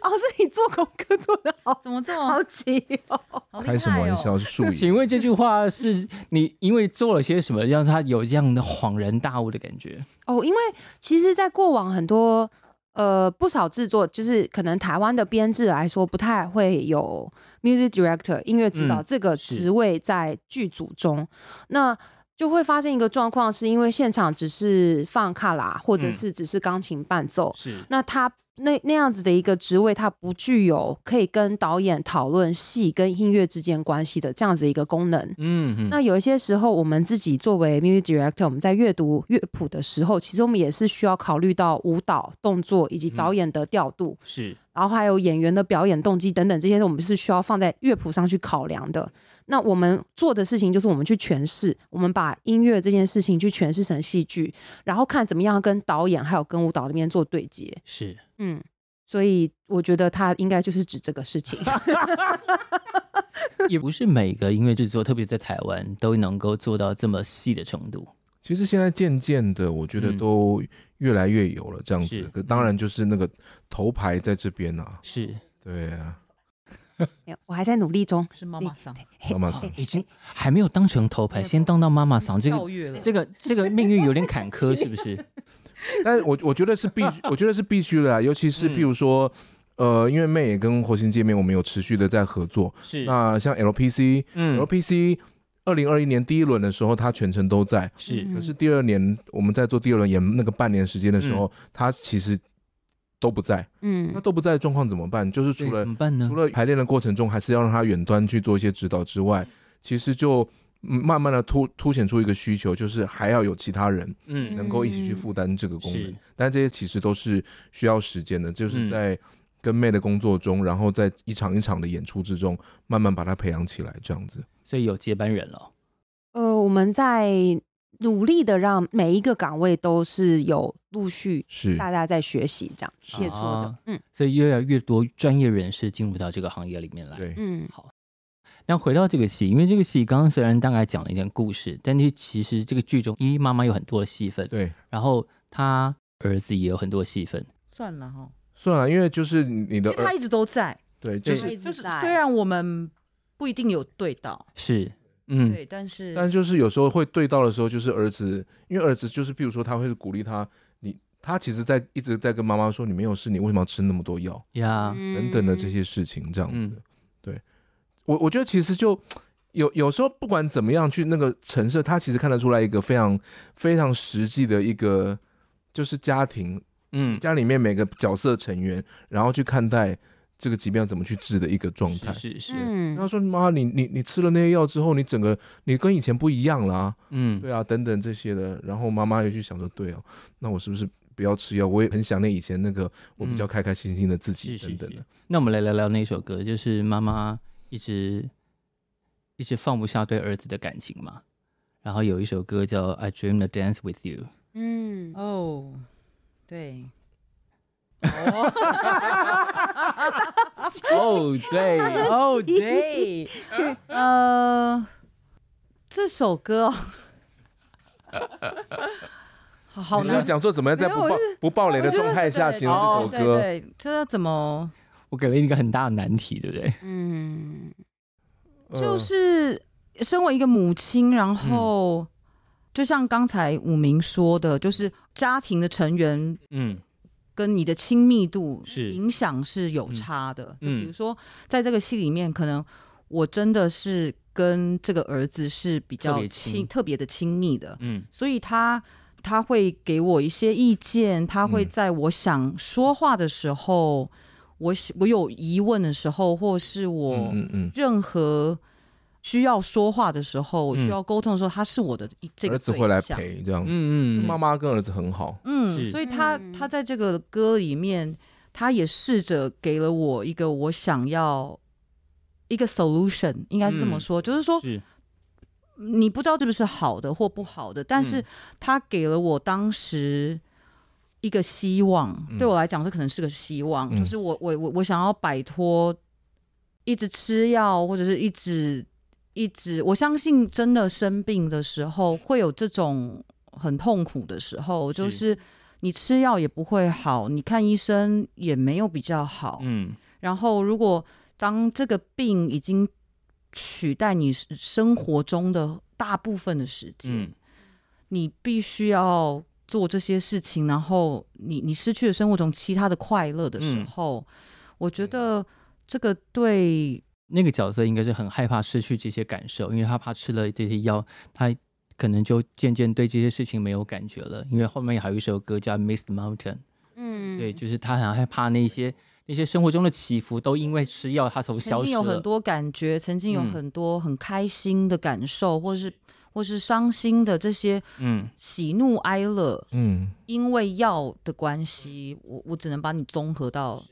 [SPEAKER 6] 老师，你做功课做的好
[SPEAKER 3] 怎么这么
[SPEAKER 6] 好奇哦。
[SPEAKER 3] 好厉害哦？
[SPEAKER 4] 开什么玩笑？是术语。
[SPEAKER 2] 请问这句话是你因为做了些什么让他有这样的恍然大悟的感觉？
[SPEAKER 5] 哦，因为其实，在过往很多呃不少制作，就是可能台湾的编制来说，不太会有 music director 音乐指导
[SPEAKER 2] 嗯
[SPEAKER 5] 这个
[SPEAKER 2] 是
[SPEAKER 5] 职位在剧组中，那就会发现一个状况，是因为现场只是放卡拉，或者
[SPEAKER 2] 嗯
[SPEAKER 5] 是只是钢琴伴
[SPEAKER 4] 哦
[SPEAKER 5] 奏，
[SPEAKER 2] 是
[SPEAKER 5] 那他。那那样子的一个职位，它不具有可以跟导演讨论戏跟音乐之间关系的这样子一个功能。
[SPEAKER 2] 嗯哼，
[SPEAKER 5] 那有一些时候，我们自己作为 music director，我们在阅读乐谱的时候，其实我们也是需要考虑到舞蹈、动作以及导演的调度。
[SPEAKER 2] 是
[SPEAKER 5] 然后还有演员的表演动机等等这些，我们是需要放在乐谱上去考量的。那我们做的事情就是我们去诠释，我们把音乐这件事情去诠释成戏剧，然后看怎么样跟导演还有跟舞蹈那边做对接。
[SPEAKER 2] 是
[SPEAKER 5] 嗯，所以我觉得他应该就是指这个事情。
[SPEAKER 2] 也不是每个音乐制作，特别在台湾都能够做到这么细的程度。
[SPEAKER 4] 其实现在渐渐的，我觉得
[SPEAKER 2] 嗯
[SPEAKER 4] 都越来越有了这样子
[SPEAKER 2] 是。嗯
[SPEAKER 4] 可当然就是那个头牌在这边啊，
[SPEAKER 2] 是，
[SPEAKER 4] 对啊，
[SPEAKER 5] 没有我还在努力中。
[SPEAKER 3] 是妈妈桑
[SPEAKER 4] 妈妈桑
[SPEAKER 2] 哦已经还没有当成头牌，先当到妈妈嗓，这
[SPEAKER 3] 跳
[SPEAKER 2] 个
[SPEAKER 3] 跃了，
[SPEAKER 2] 这个这个命运有点坎坷，是不 是？
[SPEAKER 4] 但是我我觉得是必，我觉得是必须的啦，尤其是
[SPEAKER 2] 嗯
[SPEAKER 4] 譬如说，呃，因为妹也跟火星界面，我们有持续的在合作。
[SPEAKER 2] 是，
[SPEAKER 4] 那像 LPC，LPC
[SPEAKER 2] 嗯，
[SPEAKER 4] 二零二一年第一轮的时候，他全程都在。
[SPEAKER 2] 是
[SPEAKER 5] 嗯
[SPEAKER 4] 可是第二年我们在做第二轮演那个半年时间的
[SPEAKER 2] 嗯
[SPEAKER 4] 时候，他其实都不在。
[SPEAKER 5] 嗯
[SPEAKER 4] 那，都不在的状况怎么办？就是除
[SPEAKER 2] 对，
[SPEAKER 4] 了
[SPEAKER 2] 怎么办呢
[SPEAKER 4] 除？了排练的过程中，还是要让他远端去做一些指导之
[SPEAKER 2] 嗯
[SPEAKER 4] 外，其实就嗯慢慢的突凸显出一个需求，就是还要有其他人
[SPEAKER 2] 嗯
[SPEAKER 4] 能够一起去负担这个功能。
[SPEAKER 2] 是
[SPEAKER 4] 但这些其实都是需要时间的，就是
[SPEAKER 2] 嗯
[SPEAKER 4] 在跟妹的工作中，然后在一场一场的演出之中，慢慢把它培养起来，这样子。
[SPEAKER 2] 所以有接班人了。
[SPEAKER 5] 呃，我们在努力的让每一个岗位都是有陆续
[SPEAKER 4] 是
[SPEAKER 5] 大家在学习这样切磋的
[SPEAKER 2] 啊。
[SPEAKER 5] 嗯
[SPEAKER 2] 所以越来越多专业人士进入到这个行业里面来。
[SPEAKER 4] 对，
[SPEAKER 5] 嗯
[SPEAKER 2] 好，那回到这个戏，因为这个戏刚刚虽然大概讲了一点故事，但是其实这个剧中，依依妈妈有很多的戏份，
[SPEAKER 4] 对，
[SPEAKER 2] 然后她儿子也有很多戏份，
[SPEAKER 3] 算了哈。
[SPEAKER 4] 算了，因为就是你的
[SPEAKER 3] 其实他
[SPEAKER 4] 儿
[SPEAKER 3] 一直都在，
[SPEAKER 4] 对，就
[SPEAKER 2] 对
[SPEAKER 4] 是，
[SPEAKER 3] 就是
[SPEAKER 5] 在
[SPEAKER 3] 虽然我们不一定有对到，
[SPEAKER 2] 是，嗯，
[SPEAKER 3] 对，但是
[SPEAKER 4] 但就是有时候会对到的时候，就是儿子，因为儿子就是，譬如说他会鼓励他，你他其实在一直在跟妈妈说，你没有事，你为什么要吃那么多药？
[SPEAKER 2] 呀，
[SPEAKER 4] 啊等等的这些事情，这样子。
[SPEAKER 2] 嗯
[SPEAKER 4] 对，我我觉得其实就有有时候不管怎么样去那个陈设，他其实看得出来一个非常非常实际的一个，就是家庭
[SPEAKER 2] 嗯，
[SPEAKER 4] 家里面每个角色成员，然后去看待这个疾病要怎么去治的一个状态。
[SPEAKER 2] 是是是，
[SPEAKER 4] 然
[SPEAKER 5] 嗯
[SPEAKER 4] 后说妈，你你你吃了那些药之后，你整个你跟以前不一样啦、
[SPEAKER 2] 嗯，
[SPEAKER 4] 对啊，等等这些的。然后妈妈也去想说，对哦，那我是不是不要吃药？我也很想念以前那个我比
[SPEAKER 2] 嗯
[SPEAKER 4] 较开开心心的自己
[SPEAKER 2] 是是
[SPEAKER 4] 等等的
[SPEAKER 2] 是。。那我们来聊聊那首歌，就是妈妈一直一直放不下对儿子的感情嘛。然后有一首歌叫《I Dream to Dance with You
[SPEAKER 5] 嗯，
[SPEAKER 3] 哦，对，》。
[SPEAKER 2] 哦，对，
[SPEAKER 3] 哦对， 呃，这首歌 哦，好好
[SPEAKER 4] 你是不
[SPEAKER 3] 难
[SPEAKER 4] 是讲说怎么样在
[SPEAKER 3] 没有
[SPEAKER 4] 不爆
[SPEAKER 3] 我
[SPEAKER 4] 不爆雷
[SPEAKER 3] 我
[SPEAKER 4] 的
[SPEAKER 3] 觉得
[SPEAKER 4] 状态下
[SPEAKER 3] 对哦
[SPEAKER 4] 形容这首
[SPEAKER 3] 对
[SPEAKER 4] 歌？
[SPEAKER 3] 对，对这要怎么？
[SPEAKER 2] 我给了你一个很大的难题，对不对？
[SPEAKER 5] 嗯，
[SPEAKER 4] 嗯
[SPEAKER 3] 就是身为一个母亲，然后就像刚才武明说的，就是家庭的成员
[SPEAKER 2] 嗯，
[SPEAKER 3] 跟你的亲密度
[SPEAKER 2] 是
[SPEAKER 3] 影响是有差的。
[SPEAKER 2] 嗯
[SPEAKER 3] 就比如说，在这个戏里面，可能我真的是跟这个儿子是比
[SPEAKER 2] 特
[SPEAKER 3] 较
[SPEAKER 2] 别亲
[SPEAKER 3] 亲、特别的亲密的，
[SPEAKER 2] 嗯，
[SPEAKER 3] 所以他他会给我一些意见，他会
[SPEAKER 4] 嗯
[SPEAKER 3] 在我想说话的时候，我我有疑问的时候，或是我。
[SPEAKER 4] 嗯嗯嗯，
[SPEAKER 3] 任何需要说话的时候、
[SPEAKER 2] 嗯
[SPEAKER 3] 需要沟通的时候，他是我的一这个
[SPEAKER 4] 儿子
[SPEAKER 3] 对
[SPEAKER 4] 会来
[SPEAKER 3] 象。
[SPEAKER 4] 陪这样。
[SPEAKER 2] 嗯嗯，
[SPEAKER 4] 妈妈跟儿子很好，
[SPEAKER 3] 嗯，
[SPEAKER 2] 是
[SPEAKER 3] 所以他
[SPEAKER 5] 嗯
[SPEAKER 3] 他在这个歌里面，他也试着给了我一个我想要一个 solution，应该是这么
[SPEAKER 2] 嗯
[SPEAKER 3] 说，就是说
[SPEAKER 2] 是
[SPEAKER 3] 你不知道这个是好的或不好的，但是
[SPEAKER 2] 嗯
[SPEAKER 3] 他给了我当时一个希望，
[SPEAKER 4] 嗯
[SPEAKER 3] 对我来讲，这可能是个希望，
[SPEAKER 4] 嗯
[SPEAKER 3] 就是我我我我想要摆脱一直吃药或者是一直一直，我相信真的生病的时候会有这种很痛苦的时候，就是是你吃药也不会好，你看医生也没有比较好，
[SPEAKER 2] 嗯
[SPEAKER 3] 然后，如果当这个病已经取代你生生活中的大部分的时间，
[SPEAKER 2] 嗯
[SPEAKER 3] 你必须要做这些事情，然后你你失去了生活中其他的快乐的
[SPEAKER 2] 嗯
[SPEAKER 3] 时候，我觉得这个对
[SPEAKER 2] 那个角色应该是很害怕失去这些感受，因为他怕吃了这些药，他可能就渐渐对这些事情没有感觉了。因为后面还有一首歌叫《Missed Mountain》，
[SPEAKER 5] 嗯，
[SPEAKER 2] 对，就是他很害怕那些那些生活中的起伏都因为吃药，他从
[SPEAKER 3] 曾
[SPEAKER 2] 消
[SPEAKER 3] 经
[SPEAKER 2] 失
[SPEAKER 3] 有
[SPEAKER 2] 了
[SPEAKER 3] 很。多感觉，曾经有
[SPEAKER 2] 嗯
[SPEAKER 3] 很多很开心的感受，或是或是伤心的这些
[SPEAKER 2] 嗯，
[SPEAKER 3] 喜怒哀乐，
[SPEAKER 4] 嗯，
[SPEAKER 3] 因为药的关系，我我只能把你综合到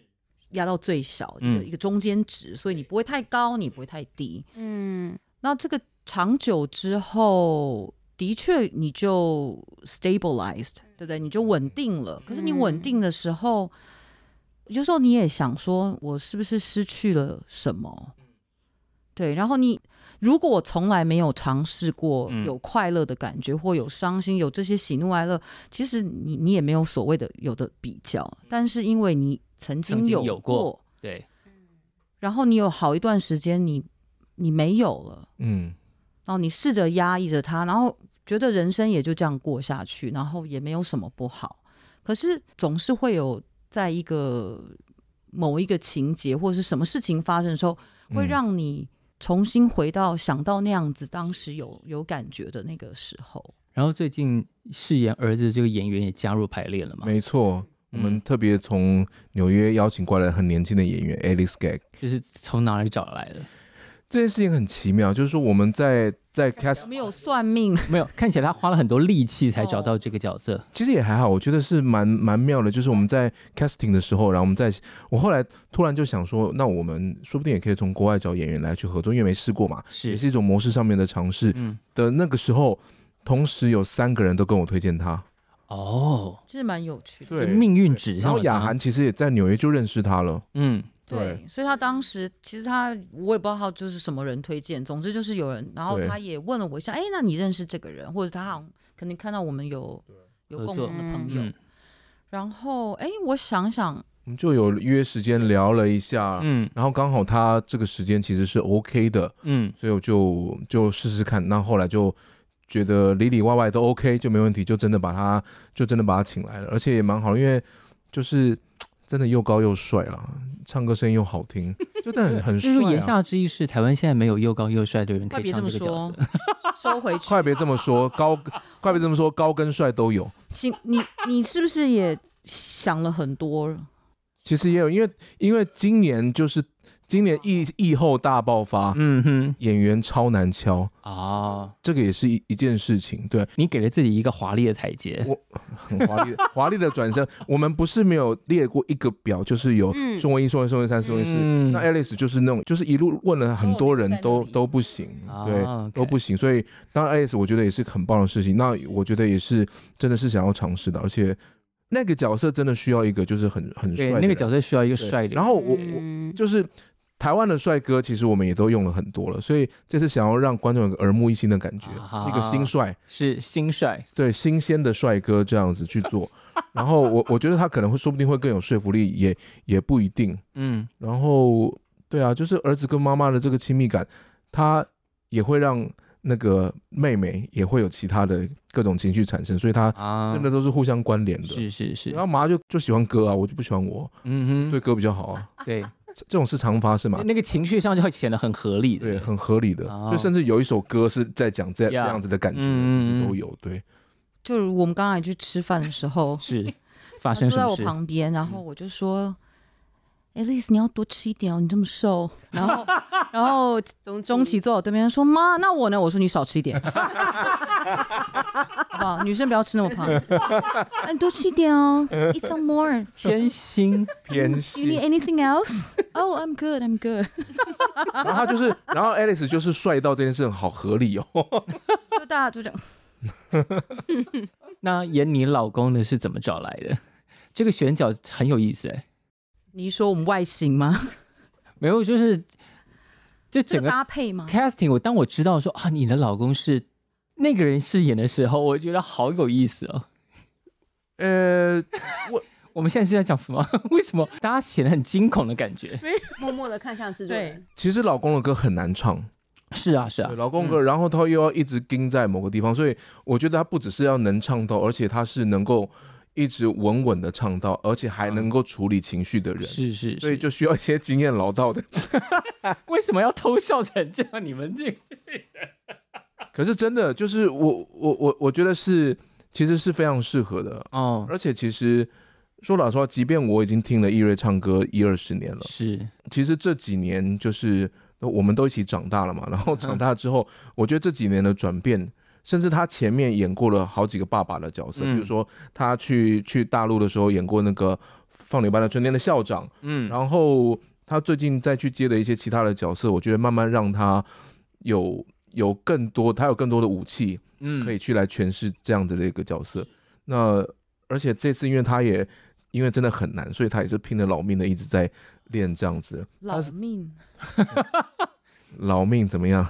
[SPEAKER 3] 压到最小一个、
[SPEAKER 2] 嗯
[SPEAKER 3] 一个中间值，所以你不会太高，你也不会太低。
[SPEAKER 5] 嗯，
[SPEAKER 3] 那这个长久之后，的确你就 stabilized，对不
[SPEAKER 2] 嗯
[SPEAKER 3] 对？你就稳定了。可是你稳定的时候，有时候你也想说，我是不是失去了什么？
[SPEAKER 2] 嗯
[SPEAKER 3] 对，然后你如果我从来没有尝试过
[SPEAKER 2] 嗯
[SPEAKER 3] 有快乐的感觉，或有伤心，有这些喜怒哀乐，其实你你也没有所谓的有的比较，但是因为你曾
[SPEAKER 2] 嗯曾
[SPEAKER 3] 经
[SPEAKER 2] 经
[SPEAKER 3] 有
[SPEAKER 2] 有过对，
[SPEAKER 3] 然后你有好一段时间你你没有了，
[SPEAKER 4] 嗯，
[SPEAKER 3] 然后你试着压抑着它，然后觉得人生也就这样过下去，然后也没有什么不好。可是总是会有在一个某一个情节或者是什么事情发生的时候，会
[SPEAKER 4] 嗯
[SPEAKER 3] 让你重新回到想到那样子当时有有感觉的那个时候。
[SPEAKER 2] 然后最近饰演儿子的这个演员也加入排练了嘛，
[SPEAKER 4] 没错。我
[SPEAKER 2] 嗯
[SPEAKER 4] 们特别从纽约邀请过来很年轻的演员 Alice Gag，
[SPEAKER 2] 就是从哪里找来的？
[SPEAKER 4] 这件事情很奇妙，就是说我们在在 cast
[SPEAKER 3] 我们有算命，
[SPEAKER 2] 没有，看起来他花了很多力气才
[SPEAKER 3] 哦
[SPEAKER 2] 找到这个角色。
[SPEAKER 4] 其实也还好，我觉得是蛮蛮妙的。就是我们在 casting 的时候，然后我们在我后来突然就想说，那我们说不定也可以从国外找演员来去合作，因为没试过嘛，也
[SPEAKER 2] 是
[SPEAKER 4] 是一种模式上面的尝试。
[SPEAKER 2] 嗯，
[SPEAKER 4] 的那个时候，同时有三个人都跟我推荐他，
[SPEAKER 2] 哦，
[SPEAKER 3] 其实蛮有趣的。
[SPEAKER 4] 对
[SPEAKER 2] 就命运指
[SPEAKER 4] 然
[SPEAKER 2] 向
[SPEAKER 4] 后
[SPEAKER 2] 了
[SPEAKER 4] 雅
[SPEAKER 2] 他
[SPEAKER 4] 涵，其实也在纽约就认识他了。
[SPEAKER 2] 嗯，
[SPEAKER 4] 对，
[SPEAKER 3] 所以他当时其实他我也不知道他就是什么人推荐，总之就是有人，然后
[SPEAKER 4] 对
[SPEAKER 3] 他也问了我一下，哎，那你认识这个人，或者他好像可能看到我们有有
[SPEAKER 2] 合
[SPEAKER 3] 共
[SPEAKER 2] 作
[SPEAKER 3] 同的朋友，
[SPEAKER 2] 嗯
[SPEAKER 3] 然后哎，我想想，
[SPEAKER 4] 我们就有约时间聊了一下，
[SPEAKER 2] 嗯
[SPEAKER 4] 然后刚好他这个时间其实是 OK 的，
[SPEAKER 2] 嗯，
[SPEAKER 4] 所以我就就试试看。那后来就觉得里里外外都 OK，就没问题，就真的把他就真的把他请来了，而且也蛮好，因为就是嘖真的又高又帅啦，唱歌声音又好听，就真的很
[SPEAKER 2] 就是
[SPEAKER 4] 很
[SPEAKER 2] 言
[SPEAKER 4] 帅、啊。
[SPEAKER 2] 下之意是，台湾现在没有又高又帅的人可
[SPEAKER 3] 快
[SPEAKER 2] 以
[SPEAKER 3] 别
[SPEAKER 2] 唱
[SPEAKER 3] 这
[SPEAKER 2] 这个
[SPEAKER 3] 么
[SPEAKER 2] 角
[SPEAKER 3] 说
[SPEAKER 2] 色。，
[SPEAKER 3] 收 回去，
[SPEAKER 4] 快别这么说，高快别这么说，高跟帅都有。
[SPEAKER 3] 行，你你是不是也想了很多？
[SPEAKER 4] 其实也有，因为因为今年就是今年疫疫后大爆发，
[SPEAKER 2] 嗯 哼，
[SPEAKER 4] 演员超难敲，
[SPEAKER 2] 哦，
[SPEAKER 4] 这个也是一一件事情。对，
[SPEAKER 2] 你给了自己一个华丽的台阶。
[SPEAKER 4] 很华丽的 华丽的转身。我们不是没有列过一个表，就是有
[SPEAKER 5] 嗯
[SPEAKER 4] 宋文一、宋文、宋文三、宋文四。
[SPEAKER 2] 嗯
[SPEAKER 4] 那 Alice 就是那种，就是一路问了很多人
[SPEAKER 3] 都有哦在那
[SPEAKER 4] 都
[SPEAKER 3] 里
[SPEAKER 4] 都不行，
[SPEAKER 2] 啊
[SPEAKER 4] 哎对，
[SPEAKER 2] OK
[SPEAKER 4] 都不行。所以当然 Alice 我觉得也是很棒的事情。那我觉得也是真的是想要尝试的，而且那个角色真的需要一个就是很很帅
[SPEAKER 2] 对，
[SPEAKER 4] 的人，
[SPEAKER 2] 那个角色需要一个
[SPEAKER 4] 对
[SPEAKER 2] 帅的人。
[SPEAKER 4] 然后我我
[SPEAKER 5] 嗯
[SPEAKER 4] 就是台湾的帅哥，其实我们也都用了很多了，所以这次想要让观众有个耳目一新的感觉，
[SPEAKER 2] 啊
[SPEAKER 4] 一个新帅，
[SPEAKER 2] 是新帅，
[SPEAKER 4] 对新鲜的帅哥这样子去做。 然后我我觉得他可能会说不定会更有说服力，也也不一定。
[SPEAKER 2] 嗯，
[SPEAKER 4] 然后对啊，就是儿子跟妈妈的这个亲密感，他也会让那个妹妹也会有其他的各种情绪产生，所以他
[SPEAKER 2] 啊，
[SPEAKER 4] 真的都是互相关联的。
[SPEAKER 2] 是是是
[SPEAKER 4] 然，后妈就就喜欢哥啊，我就不喜欢我，
[SPEAKER 2] 嗯
[SPEAKER 4] 对
[SPEAKER 2] 哼，
[SPEAKER 4] 哥比较好啊，
[SPEAKER 2] 对，
[SPEAKER 4] 这这种事常发生嘛
[SPEAKER 2] 那。那个情绪上就会显得很合理的，
[SPEAKER 4] 对，很合理的。
[SPEAKER 2] 哦
[SPEAKER 4] 所以甚至有一首歌是在讲这
[SPEAKER 2] Yeah
[SPEAKER 4] 这样子的感觉，
[SPEAKER 2] 嗯，
[SPEAKER 4] 其实都有。对，
[SPEAKER 3] 就是我们刚才去吃饭的时候
[SPEAKER 2] 是 发
[SPEAKER 3] 他
[SPEAKER 2] 生什
[SPEAKER 3] 坐在
[SPEAKER 2] 么
[SPEAKER 3] 我
[SPEAKER 2] 事？嗯
[SPEAKER 3] 旁边，然后我就说。哎，Liz，你要多吃一点哦，你这么瘦。然后， 然后
[SPEAKER 5] 中
[SPEAKER 3] 钟琪坐我对面说：“妈，那我呢？”我说：“你少吃一点，好不好？女生不要吃那么胖，啊、你多吃一点哦。Eat some more.
[SPEAKER 2] 偏心，
[SPEAKER 4] 偏
[SPEAKER 3] Do you need。anything else? Oh, I'm good. I'm good.
[SPEAKER 4] 然后他就是，然后 Alice 就是帅到这件事好合理哦。
[SPEAKER 3] 就大家就这样，
[SPEAKER 2] 那演你老公的是怎么找来的？这个选角很有意思哎、
[SPEAKER 3] 你说我们外形吗？
[SPEAKER 2] 没有，就是这
[SPEAKER 3] 这
[SPEAKER 2] 整
[SPEAKER 3] 个
[SPEAKER 2] 个
[SPEAKER 3] 搭配吗？
[SPEAKER 2] casting，我当我知道说啊，你的老公是那个人饰演的时候，我觉得好有意思哦。
[SPEAKER 4] 呃，
[SPEAKER 2] 我们现在是在讲什么？ 为什么大家显得很惊恐的感觉？
[SPEAKER 5] 默默的看向制作人，
[SPEAKER 4] 其实老公的歌很难唱，
[SPEAKER 2] 是啊，是啊
[SPEAKER 4] 对，，老公的歌，然后他又要一直盯在某个地方，所以我觉得他不只是要能唱到，而且他是能够一直稳稳的唱到，而且还能够处理情绪的人。
[SPEAKER 2] 嗯是是是，
[SPEAKER 4] 所以就需要一些经验老道 的，
[SPEAKER 2] 为什么要偷笑成这样？你们 这
[SPEAKER 4] 可是真的就是我我我我觉得是其实是非常适合的，
[SPEAKER 2] 哦，
[SPEAKER 4] 而且其实说老实话，即便我已经听了易瑞唱歌一二十年了，
[SPEAKER 2] 是
[SPEAKER 4] 其实这几年就是呃我们都一起长大了嘛。
[SPEAKER 2] 嗯
[SPEAKER 4] 然后长大之后，我觉得这几年的转变，甚至他前面演过了好几个爸爸的角色，
[SPEAKER 2] 嗯
[SPEAKER 4] 比如说他去去大陆的时候演过那个。放牛班的春天的校长，
[SPEAKER 2] 嗯
[SPEAKER 4] 然后他最近再去接的一些其他的角色，我觉得慢慢让他有有更多，他有更多的武器
[SPEAKER 2] 嗯
[SPEAKER 4] 可以去来诠释这样子的一个角色。那而且这次因为他也因为真的很难，所以他也是拼了老命的一直在练这样子。
[SPEAKER 3] 老命，
[SPEAKER 4] 老命怎么样？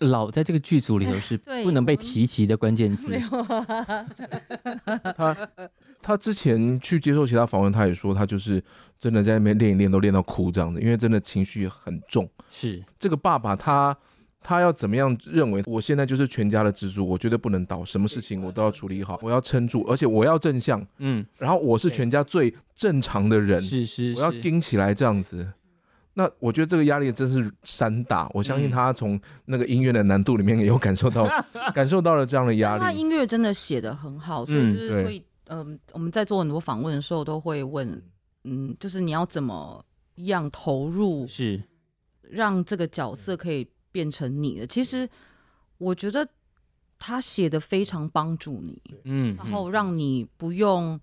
[SPEAKER 2] 老在这个剧组里头是
[SPEAKER 3] 对
[SPEAKER 2] 不能被提及的关键字
[SPEAKER 3] 没。有啊，
[SPEAKER 4] 他之前去接受其他访问，他也说他就是真的在那边练一练，都练到哭这样子，因为真的情绪很重。
[SPEAKER 2] 是，
[SPEAKER 4] 这个爸爸他他要怎么样认为我现在就是全家的支柱，我绝对不能倒，什么事情我都要处理好，我要撑住，而且我要正向，
[SPEAKER 2] 嗯，
[SPEAKER 4] 然后我是全家最正常的人，
[SPEAKER 2] 是是
[SPEAKER 4] 我要
[SPEAKER 2] 是，
[SPEAKER 4] 盯起来这样子。那我觉得这个压力真是山大，我相信
[SPEAKER 2] 嗯
[SPEAKER 4] 他从那个音乐的难度里面也有感受 到，感受到了这样的
[SPEAKER 3] 但
[SPEAKER 4] 压
[SPEAKER 3] 他
[SPEAKER 4] 力。
[SPEAKER 3] 音乐真的写的很好，所
[SPEAKER 2] 嗯
[SPEAKER 3] 以就是
[SPEAKER 4] 对
[SPEAKER 3] 所以，嗯，我们在做很多访问的时候都会问，嗯，就是你要怎么样投入，
[SPEAKER 2] 是
[SPEAKER 3] 让这个角
[SPEAKER 2] 嗯
[SPEAKER 3] 色可以变成你的。其实我觉得他写的非常帮助你，
[SPEAKER 2] 嗯，
[SPEAKER 3] 然后让你不用，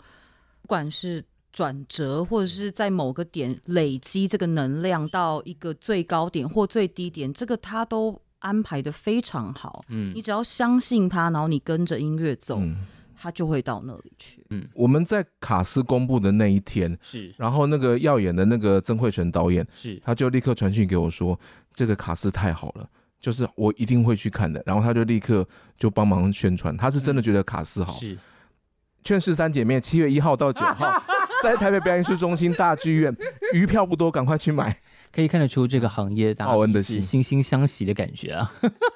[SPEAKER 3] 不管是转折或者是在某个点累积这个能量到一个最高点或最低点，这个他都安排的非常好。
[SPEAKER 2] 嗯
[SPEAKER 3] 你只要相信他，然后你跟着音乐走，
[SPEAKER 4] 嗯，
[SPEAKER 3] 他就会到那里去。
[SPEAKER 4] 我们在卡斯公布的那一天，
[SPEAKER 2] 是
[SPEAKER 4] 然后那个耀眼的那个曾慧成导演。
[SPEAKER 2] 是
[SPEAKER 4] 他就立刻传讯给我说，这个卡斯太好了，就是我一定会去看的。然后他就立刻就帮忙宣传，他是真的觉得卡斯好。
[SPEAKER 2] 是，
[SPEAKER 4] 劝世三姐妹七月一号到九号在台北表演艺术中心大剧院，余票不多，赶快去买。
[SPEAKER 2] 可以看得出这个行业大家
[SPEAKER 4] 报啊恩的
[SPEAKER 2] 彼此
[SPEAKER 4] 心
[SPEAKER 2] 惺惺相惜的感觉啊。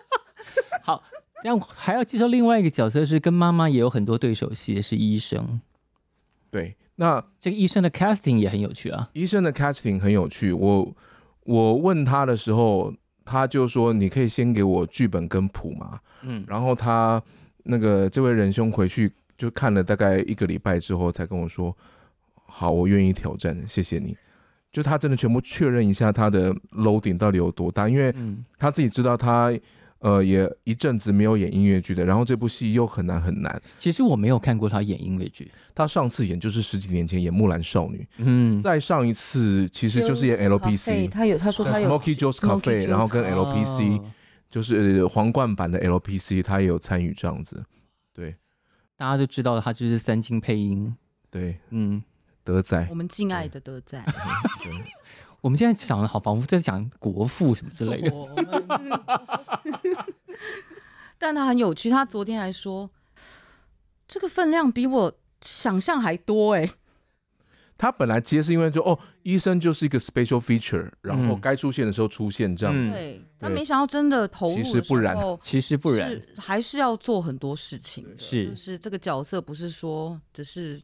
[SPEAKER 2] 好，但我还要介绍另外一个角色是跟妈妈也有很多对手戏，是医生。
[SPEAKER 4] 对，那
[SPEAKER 2] 这个医生的 casting 也很有趣啊。
[SPEAKER 4] 医生的 casting 很有趣，我我问他的时候，他就说你可以先给我剧本跟谱吗？
[SPEAKER 2] 嗯，
[SPEAKER 4] 然后他那个这位仁兄回去就看了大概一个礼拜之后，才跟我说：“好，我愿意挑战，谢谢你。”就他真的全部确认一下他的 loading 到底有多大，因为
[SPEAKER 2] 嗯
[SPEAKER 4] 他自己知道他呃也一阵子没有演音乐剧的，然后这部戏又很难很难。
[SPEAKER 2] 其实我没有看过他演音乐剧。
[SPEAKER 4] 他上次演就是十几年前演《木兰少女》，
[SPEAKER 2] 嗯，
[SPEAKER 4] 再上一次其实就是演 LPC。
[SPEAKER 3] 他有他说他有
[SPEAKER 4] Smoky 呃 Joe's
[SPEAKER 3] Smoky
[SPEAKER 4] Cafe，
[SPEAKER 3] Joe's
[SPEAKER 4] 然后跟 LPC，、
[SPEAKER 2] 哦
[SPEAKER 4] 就是呃皇冠版的 LPC，他也有参与这样子。
[SPEAKER 2] 大家都知道他就是三金配音。
[SPEAKER 4] 对，
[SPEAKER 2] 嗯，
[SPEAKER 4] 德仔
[SPEAKER 3] 我，们敬爱的德仔，
[SPEAKER 4] 对。
[SPEAKER 2] 我们现在讲的好，仿佛在讲国父什么之类的。
[SPEAKER 3] 我们但他很有趣，他昨天还说，这个分量比我想象还多哎、
[SPEAKER 4] 他本来接是因为就哦，医生就是一个 special feature，然后
[SPEAKER 2] 嗯
[SPEAKER 4] 该出现的时候出现这样。
[SPEAKER 2] 嗯
[SPEAKER 3] 对，但没想到真的投入的
[SPEAKER 4] 其实不然
[SPEAKER 3] 时候
[SPEAKER 2] 其实不然，
[SPEAKER 3] 是还是要做很多事情的，
[SPEAKER 2] 是
[SPEAKER 3] 就是这个角色不是说只是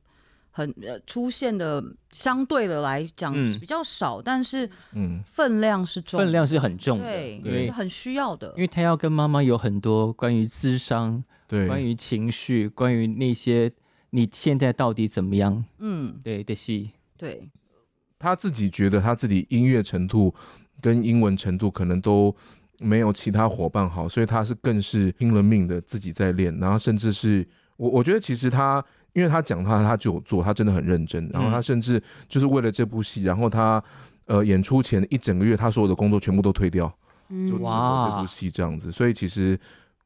[SPEAKER 3] 很呃出现的相对的来讲
[SPEAKER 2] 嗯
[SPEAKER 3] 是比较少，但是
[SPEAKER 4] 嗯，
[SPEAKER 3] 分量是重，
[SPEAKER 2] 分量是很重的，
[SPEAKER 3] 对，
[SPEAKER 2] 因
[SPEAKER 3] 也
[SPEAKER 2] 为
[SPEAKER 3] 是很需要的
[SPEAKER 2] 因。为他要跟妈妈有很多关于智商、
[SPEAKER 4] 对。
[SPEAKER 2] 关于情绪、关于那些你现在到底怎么样
[SPEAKER 3] 嗯，
[SPEAKER 2] 对的戏，
[SPEAKER 3] 对，
[SPEAKER 4] 他自己觉得他自己音乐程度跟英文程度可能都没有其他伙伴好，所以他是更是拼了命的自己在练，然后甚至是我我觉得其实他。因为他讲他，他就有做，他真的很认真。
[SPEAKER 2] 嗯
[SPEAKER 4] 然后他甚至就是为了这部戏，然后他呃演出前一整个月，他所有的工作全部都推掉，就
[SPEAKER 5] 嗯
[SPEAKER 4] 制
[SPEAKER 2] 哇
[SPEAKER 4] 作这部戏这样子。所以其实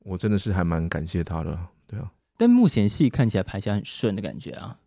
[SPEAKER 4] 我真的是还蛮感谢他的，对啊。
[SPEAKER 2] 但目前戏看起来排起来很顺的感觉啊。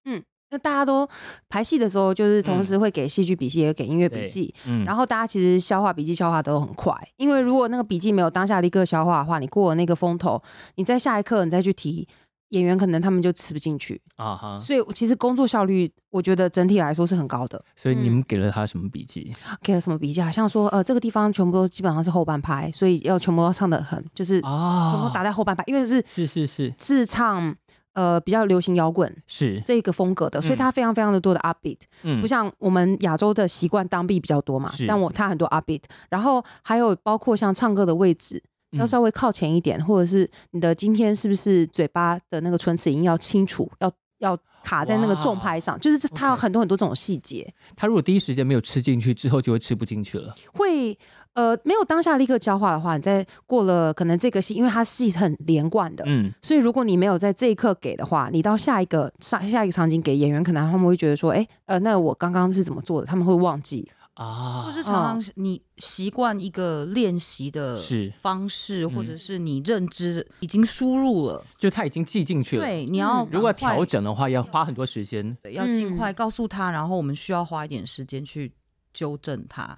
[SPEAKER 5] 那大家都排戏的时候，就是
[SPEAKER 4] 嗯
[SPEAKER 5] 同时会给戏剧笔记，也会给音乐笔
[SPEAKER 2] 对
[SPEAKER 5] 记，
[SPEAKER 2] 嗯，
[SPEAKER 5] 然
[SPEAKER 2] 后
[SPEAKER 5] 后大家其实消化笔记消化都很快，因为如果那个笔记没有当下立刻消化的话，你过了那个风头，你在下一刻你再去提，演员可能他们就吃不进去。
[SPEAKER 2] 啊哈，
[SPEAKER 5] 所以其实工作效率，我觉得整体来说是很高的。
[SPEAKER 2] 所以你们给了他什么笔记？
[SPEAKER 5] 给了什么笔记啊？像说呃，这个地方全部都基本上是后半拍，所以要全部都唱的很，就是全部
[SPEAKER 2] 啊，
[SPEAKER 5] 都打在后半拍，因为是
[SPEAKER 2] 是是是
[SPEAKER 5] 是唱呃比较流行摇滚。
[SPEAKER 2] 是，
[SPEAKER 5] 这个风格的，所以它非常非常的多的 upbeat，、
[SPEAKER 2] 嗯
[SPEAKER 5] 不像我们亚洲的习惯当 beat 比较多嘛
[SPEAKER 2] 是，嗯
[SPEAKER 5] 但我它很多 upbeat，然后还有包括像唱歌的位置要
[SPEAKER 2] 嗯
[SPEAKER 5] 稍微靠前一点，或者是你的今天是不是嘴巴的那个唇齿音要清楚，要要卡在那个重拍上，就是这它有
[SPEAKER 2] OK
[SPEAKER 5] 很多很多这种细节。
[SPEAKER 2] 他如果第一时间没有吃进去，之后就会吃不进去了。
[SPEAKER 5] 会呃，没有当下立刻消化的话，你在过了可能这个戏，因为它戏是很连贯的，
[SPEAKER 2] 嗯，
[SPEAKER 5] 所以如果你没有在这一刻给的话，你到下一个上下一个场景给演员，可能他们会觉得说，哎，呃，那我刚刚是怎么做的？他们会忘记。
[SPEAKER 2] 啊，
[SPEAKER 3] 就是常常你习惯一个练习的
[SPEAKER 2] 是
[SPEAKER 3] 方式，或
[SPEAKER 2] 嗯
[SPEAKER 3] 者是你认知已经输入了，
[SPEAKER 2] 就他已经记进去了。，
[SPEAKER 3] 对，你要
[SPEAKER 2] 嗯如果要
[SPEAKER 3] 赶快
[SPEAKER 2] 调整的话，要花很多时间。
[SPEAKER 3] 对要尽
[SPEAKER 5] 嗯
[SPEAKER 3] 快告诉他，然后我们需要花一点时间去纠正他。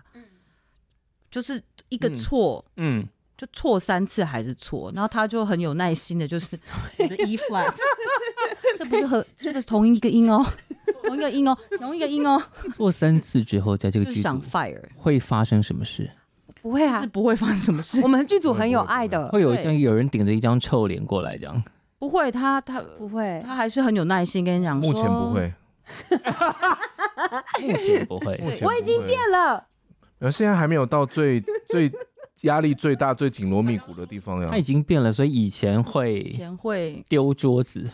[SPEAKER 3] 就是一个
[SPEAKER 2] 嗯
[SPEAKER 3] 错。
[SPEAKER 2] 嗯，
[SPEAKER 3] 就错三次还是错，然后他就很有耐心的，就是我的 E flat，这不是和这个是同一个音 哦，同一个音哦，同一个音哦，
[SPEAKER 2] 做三次之后，在这
[SPEAKER 3] 就
[SPEAKER 2] 个
[SPEAKER 3] 是
[SPEAKER 2] 剧
[SPEAKER 3] 想
[SPEAKER 2] 组
[SPEAKER 3] fire，
[SPEAKER 2] 会发生什么事？
[SPEAKER 5] 不会
[SPEAKER 3] 就
[SPEAKER 5] 啊
[SPEAKER 3] 是，不会发生什么事
[SPEAKER 5] 我，们剧组很有爱的，
[SPEAKER 2] 会有
[SPEAKER 3] 对
[SPEAKER 2] 像有人顶着一张臭脸过来这样。
[SPEAKER 3] 不会，他他
[SPEAKER 5] 不会？
[SPEAKER 3] 他还是很有耐心跟你讲，
[SPEAKER 4] 目前不，会，
[SPEAKER 2] 目前不 会，
[SPEAKER 4] 目前
[SPEAKER 5] 我已经变了，
[SPEAKER 4] 然后现在还没有到最最压力最大、最紧锣密鼓的地方呀
[SPEAKER 2] 他。已经变了，所以以前
[SPEAKER 3] 以
[SPEAKER 2] 会
[SPEAKER 3] 前会
[SPEAKER 2] 丢桌子。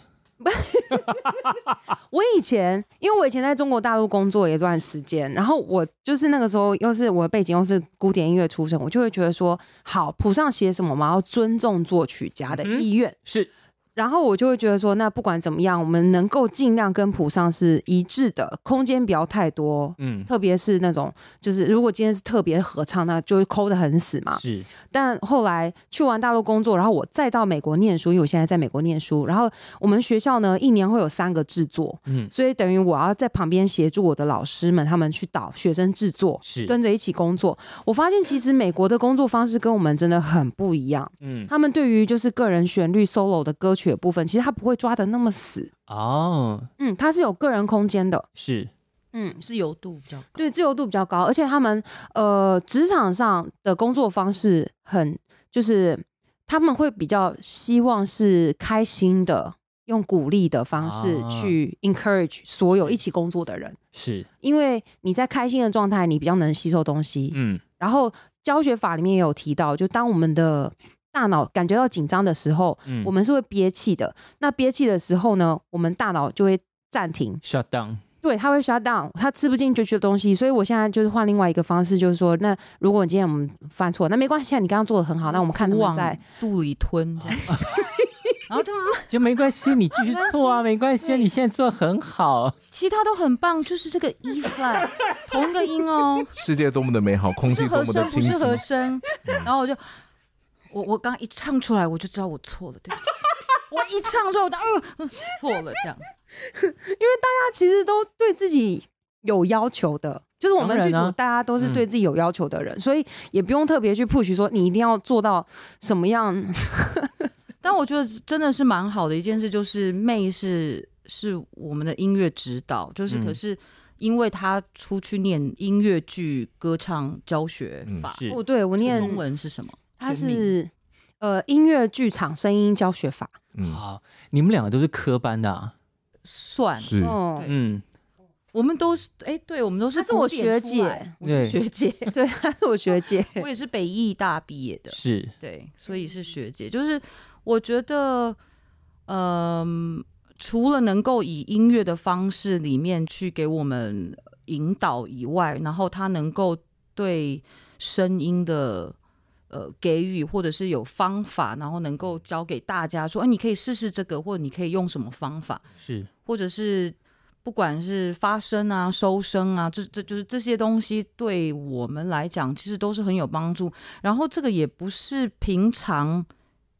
[SPEAKER 5] 我以前，因为我以前在中国大陆工作一段时间，然后我就是那个时候，又是我的背景又是古典音乐出身，我就会觉得说，好，谱上写什么，我们要尊重作曲家
[SPEAKER 2] 嗯
[SPEAKER 5] 的意愿。
[SPEAKER 2] 是，
[SPEAKER 5] 然后我就会觉得说，那不管怎么样，我们能够尽量跟谱上是一致的，空间不要太多。
[SPEAKER 2] 嗯，
[SPEAKER 5] 特别是那种，就是如果今天是特别合唱，那就会抠得很死嘛。
[SPEAKER 2] 是，
[SPEAKER 5] 但后来去完大陆工作，然后我再到美国念书，因为我现在在美国念书。然后我们学校呢，一年会有三个制作，
[SPEAKER 2] 嗯，
[SPEAKER 5] 所以等于我要在旁边协助我的老师们，他们去导学生制作，
[SPEAKER 2] 是，
[SPEAKER 5] 跟着一起工作。我发现其实美国的工作方式跟我们真的很不一样，
[SPEAKER 2] 嗯，
[SPEAKER 5] 他们对于就是个人旋律 solo 的歌曲的部分，其实他不会抓的那么死，
[SPEAKER 2] 哦，
[SPEAKER 5] 嗯，他是有个人空间的，
[SPEAKER 2] 是，
[SPEAKER 5] 嗯。
[SPEAKER 3] 自由度比较高，
[SPEAKER 5] 对，自由度比较高，而且他们呃职场上的工作方式很就是他们会比较希望是开心的，用鼓励的方式
[SPEAKER 2] 啊
[SPEAKER 5] 去 encourage 所有一起工作的人，
[SPEAKER 2] 是，
[SPEAKER 5] 因为你在开心的状态，你比较能吸收东西。
[SPEAKER 2] 嗯，
[SPEAKER 5] 然后教学法里面也有提到，就当我们的大脑感觉到紧张的时候，
[SPEAKER 2] 嗯
[SPEAKER 5] 我们是会憋气的。那憋气的时候呢，我们大脑就会暂停，
[SPEAKER 2] shut down，
[SPEAKER 5] 对，他会 shut down，他吃不进去的东西，所以我现在就是换另外一个方式，就是说，那如果你今天我们犯错，那没关系，啊，你刚刚做的很好，那我们看他们
[SPEAKER 3] 往
[SPEAKER 5] 在
[SPEAKER 3] 肚里吞这样， 然后就嗯
[SPEAKER 2] 就没关系，你继续做 啊，没关系啊，
[SPEAKER 3] 对
[SPEAKER 2] 你现在做得很好，
[SPEAKER 3] 其他都很棒，就是这个 E flat 同一个音哦，
[SPEAKER 4] 世界多么的美好，空气
[SPEAKER 3] 是
[SPEAKER 4] 多
[SPEAKER 3] 和
[SPEAKER 4] 么
[SPEAKER 3] 声
[SPEAKER 4] 的
[SPEAKER 3] 不
[SPEAKER 4] 清
[SPEAKER 3] 是和
[SPEAKER 4] 新。
[SPEAKER 3] 声，
[SPEAKER 5] 嗯
[SPEAKER 3] 然后我就我我刚一唱出来我就知道我错了，对 不起。我一唱出来，我就嗯嗯错了，这样
[SPEAKER 5] 他其实都对自己有要求的，就是我们
[SPEAKER 2] 当
[SPEAKER 5] 剧
[SPEAKER 2] 然
[SPEAKER 5] 组
[SPEAKER 2] 啊
[SPEAKER 5] 大家都是对自己有要求的人，所以也不用特别去 push 说你一定要做到什么样。
[SPEAKER 3] 但我觉得真的是蛮好的一件事，就是妹是是我们的音乐指导，就是
[SPEAKER 2] 嗯
[SPEAKER 3] 可是因为她出去念音乐剧歌唱教学
[SPEAKER 4] 嗯
[SPEAKER 3] 法，
[SPEAKER 2] 是
[SPEAKER 5] 哦，对我念
[SPEAKER 3] 中文是什么？
[SPEAKER 5] 他
[SPEAKER 2] 全名
[SPEAKER 5] 是呃音乐剧场声音教学法，
[SPEAKER 4] 嗯，
[SPEAKER 2] 好，你们两个都是科班的啊，
[SPEAKER 3] 算，
[SPEAKER 4] 是
[SPEAKER 5] 哦
[SPEAKER 3] 对
[SPEAKER 2] 嗯，
[SPEAKER 3] 我们都是哎，对我们都是
[SPEAKER 5] 她是我
[SPEAKER 3] 古典出来
[SPEAKER 5] 学姐
[SPEAKER 3] 我是
[SPEAKER 2] 对
[SPEAKER 3] 学姐，
[SPEAKER 5] 对，他是我学姐，
[SPEAKER 3] 我也是北艺大毕业的，
[SPEAKER 2] 是，
[SPEAKER 3] 对，所以是学姐。就是我觉得，嗯、除了能够以音乐的方式里面去给我们引导以外，然后他能够对声音的。呃，给予或者是有方法，然后能够教给大家说，哎、你可以试试这个，或者你可以用什么方法，
[SPEAKER 2] 是，
[SPEAKER 3] 或者是不管是发声啊、收声啊，这这就是这些东西对我们来讲，其实都是很有帮助。然后这个也不是平常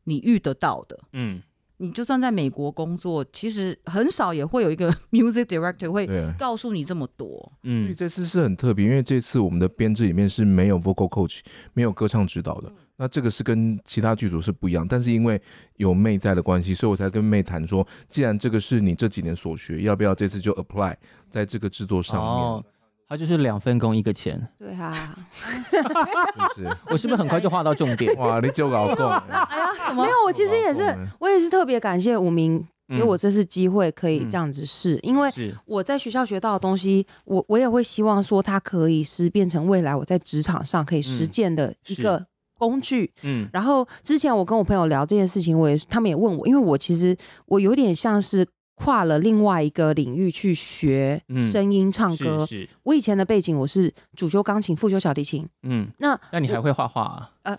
[SPEAKER 3] 你遇得到的。
[SPEAKER 2] 嗯，
[SPEAKER 3] 你就算在美国工作，其实很少也会有一个 music director 会
[SPEAKER 4] 对。啊
[SPEAKER 3] 告诉你这么多。
[SPEAKER 4] 所以
[SPEAKER 2] 嗯，
[SPEAKER 4] 这次是很特别，因为这次我们的编制里面是没有 vocal coach，没有歌唱指导
[SPEAKER 5] 嗯
[SPEAKER 4] 的。那这个是跟其他剧组是不一样，但是因为有妹在的关系，所以我才跟妹谈说，既然这个是你这几年所学，要不要这次就 apply 在这个制作上面？
[SPEAKER 2] 哦，他就是两份工一个钱，
[SPEAKER 5] 对 啊，
[SPEAKER 4] 就是
[SPEAKER 2] 我是不是很快就划到重 点？
[SPEAKER 4] 哇，你就搞够，
[SPEAKER 3] 哎呀，怎么
[SPEAKER 5] 啊没有，我其实也是
[SPEAKER 4] 懂了，
[SPEAKER 5] 我也是特别感谢吴明给
[SPEAKER 2] 哦嗯
[SPEAKER 5] 我这次机会可以这样子试，因为
[SPEAKER 2] 是，
[SPEAKER 5] 我在学校学到的东西，我我也会希望说它可以是变成未来我在职场上可以实践的一个工具。
[SPEAKER 2] 嗯，
[SPEAKER 5] 然后之前我跟我朋友聊这件事情，我也他们也问我，因为我其实我有点像是。跨了另外一个领域去学
[SPEAKER 2] 嗯
[SPEAKER 5] 声音、唱
[SPEAKER 2] 是
[SPEAKER 5] 歌。
[SPEAKER 2] 是，
[SPEAKER 5] 我以前的背景我是主修钢琴，副修小提琴。
[SPEAKER 2] 嗯，
[SPEAKER 5] 那
[SPEAKER 2] 那你还会画画啊？
[SPEAKER 5] 好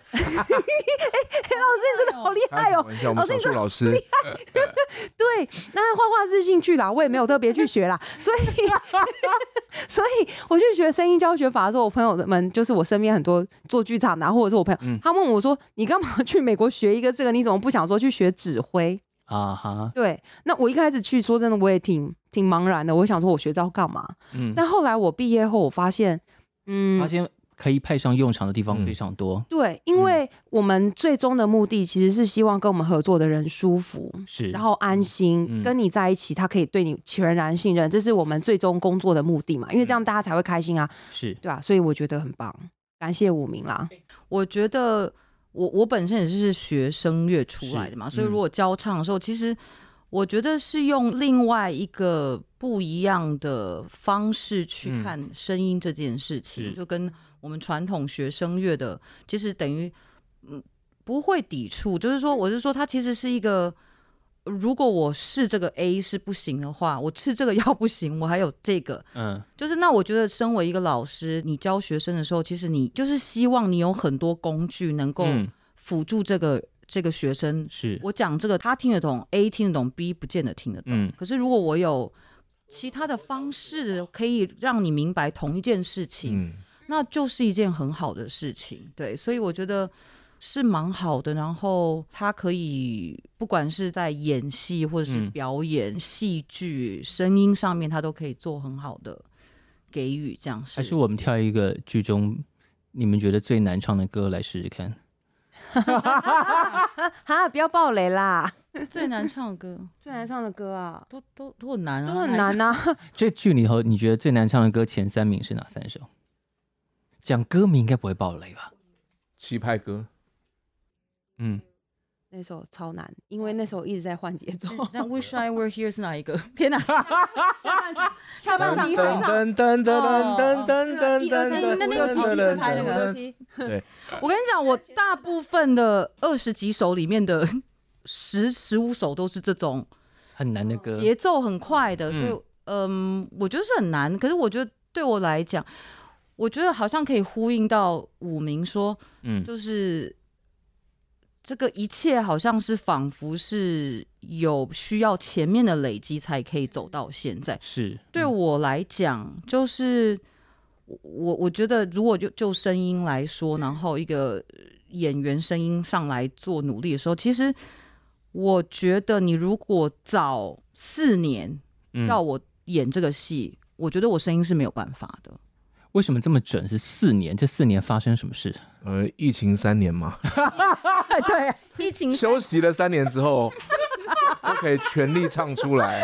[SPEAKER 5] 厉哦
[SPEAKER 4] 开什么！玩笑，我们
[SPEAKER 5] 老师
[SPEAKER 4] 小
[SPEAKER 5] 你
[SPEAKER 4] 树老师，
[SPEAKER 5] 对，那画画是兴趣啦，我也没有特别 去学啦，所以 所以我去学声音教学法的时候，我朋友们就是我身边很多做剧场的啊，或者是我朋友，
[SPEAKER 2] 嗯
[SPEAKER 5] 他问我说：“你干嘛去美国学一个这个？你怎么不想说去学指挥
[SPEAKER 2] 啊哈？”，
[SPEAKER 5] 对，那我一开始去，说真的，我也挺挺茫然的，我想说我学这要干嘛？
[SPEAKER 2] 嗯，
[SPEAKER 5] 但后来我毕业后，我发现，嗯，
[SPEAKER 2] 发现可以派上用场的地方
[SPEAKER 4] 嗯
[SPEAKER 2] 非常多，
[SPEAKER 5] 对，因为我们最终的目的其实是希望跟我们合作的人舒服，
[SPEAKER 2] 是，
[SPEAKER 5] 然后安心、
[SPEAKER 2] 嗯
[SPEAKER 5] 跟你在一起，他可以对你全然信任，这是我们最终工作的目的嘛？因
[SPEAKER 2] 嗯
[SPEAKER 5] 为这样大家才会开心啊，
[SPEAKER 2] 是
[SPEAKER 5] 对啊，所以我觉得很棒，感谢武明啦。
[SPEAKER 3] 我觉得我我本身也是学声乐出来的嘛，
[SPEAKER 2] 是
[SPEAKER 3] 所以
[SPEAKER 2] 嗯
[SPEAKER 3] 如果教唱的时候，其实我觉得是用另外一个不一样的方式去
[SPEAKER 2] 嗯
[SPEAKER 3] 看声音这件事情，
[SPEAKER 2] 是
[SPEAKER 3] 就跟我们传统学声乐的，其实等于嗯不会抵触，就是说我是说它其实是一个。如果我试这个 A 是不行的话，我吃这个 药不行，我还有这个，
[SPEAKER 2] 嗯
[SPEAKER 3] 就是那我觉得，身为一个老师，你教学生的时候，其实你就是希望你有很多工具能够
[SPEAKER 2] 嗯
[SPEAKER 3] 辅助这个、这个学生。
[SPEAKER 2] 是，
[SPEAKER 3] 我讲这个，他听得懂，A 听得懂，B 不见得听得懂。
[SPEAKER 2] 嗯
[SPEAKER 3] 可是如果我有其他的方式可以让你明白同一件事情，
[SPEAKER 4] 嗯，
[SPEAKER 3] 那就是一件很好的事情。对，所以我觉得是蛮好的。然后他可以不管是在演戏或者是
[SPEAKER 2] 嗯
[SPEAKER 3] 表演、戏剧、声音上面，他都可以做很好的给予。这样
[SPEAKER 2] 还
[SPEAKER 3] 是
[SPEAKER 2] 是我们跳一个剧中你们觉得最难唱的歌来试试看。
[SPEAKER 5] 哈，不要暴雷 啦！
[SPEAKER 3] 哎最难唱的歌，
[SPEAKER 5] 最难唱的歌啊，
[SPEAKER 3] 都都都很难啊，
[SPEAKER 5] 都很难呐、
[SPEAKER 2] 这剧里头，你觉得最难唱的歌前三名是哪三首？讲歌名应该不会爆雷吧？
[SPEAKER 4] 气派歌，
[SPEAKER 2] 嗯，
[SPEAKER 5] 那首超难，因为那首一直在换节奏。
[SPEAKER 3] 那 Wish I Were Here 是哪一个？天哪！下半场，下半场
[SPEAKER 4] 噔
[SPEAKER 3] 你首唱。哦
[SPEAKER 4] 噔噔噔噔噔噔噔
[SPEAKER 5] 哦一二三四五
[SPEAKER 3] 那那
[SPEAKER 5] 六
[SPEAKER 3] 个
[SPEAKER 5] 七
[SPEAKER 3] 其
[SPEAKER 5] 七
[SPEAKER 3] 实才
[SPEAKER 5] 四拍
[SPEAKER 3] 那
[SPEAKER 5] 那
[SPEAKER 3] 个
[SPEAKER 5] 个七，
[SPEAKER 3] 我跟你讲，我大部分的二十几首里面的十十五首都是这种
[SPEAKER 2] 很难的歌。
[SPEAKER 3] 呃节奏很快的，
[SPEAKER 2] 嗯
[SPEAKER 3] 所以嗯，我觉得是很难。可是我觉得对我来讲，我觉得好像可以呼应到武明说，
[SPEAKER 2] 嗯，
[SPEAKER 3] 就是这个一切好像是仿佛是有需要前面的累积才可以走到现在。
[SPEAKER 2] 是
[SPEAKER 3] 对
[SPEAKER 2] 嗯
[SPEAKER 3] 我来讲，就是我我我觉得，如果就就声音来说，然后一个呃演员声音上来做努力的时候，其实我觉得你如果早四年
[SPEAKER 2] 嗯
[SPEAKER 3] 叫我演这个戏，我觉得我声音是没有办法 的。
[SPEAKER 2] 为什么这么准？是四年，这四年发生什么 事？
[SPEAKER 4] 呃，疫情三年嘛，
[SPEAKER 2] 啊
[SPEAKER 3] 对， 疫情
[SPEAKER 4] 休息了三年之 后，就可以全力唱出来。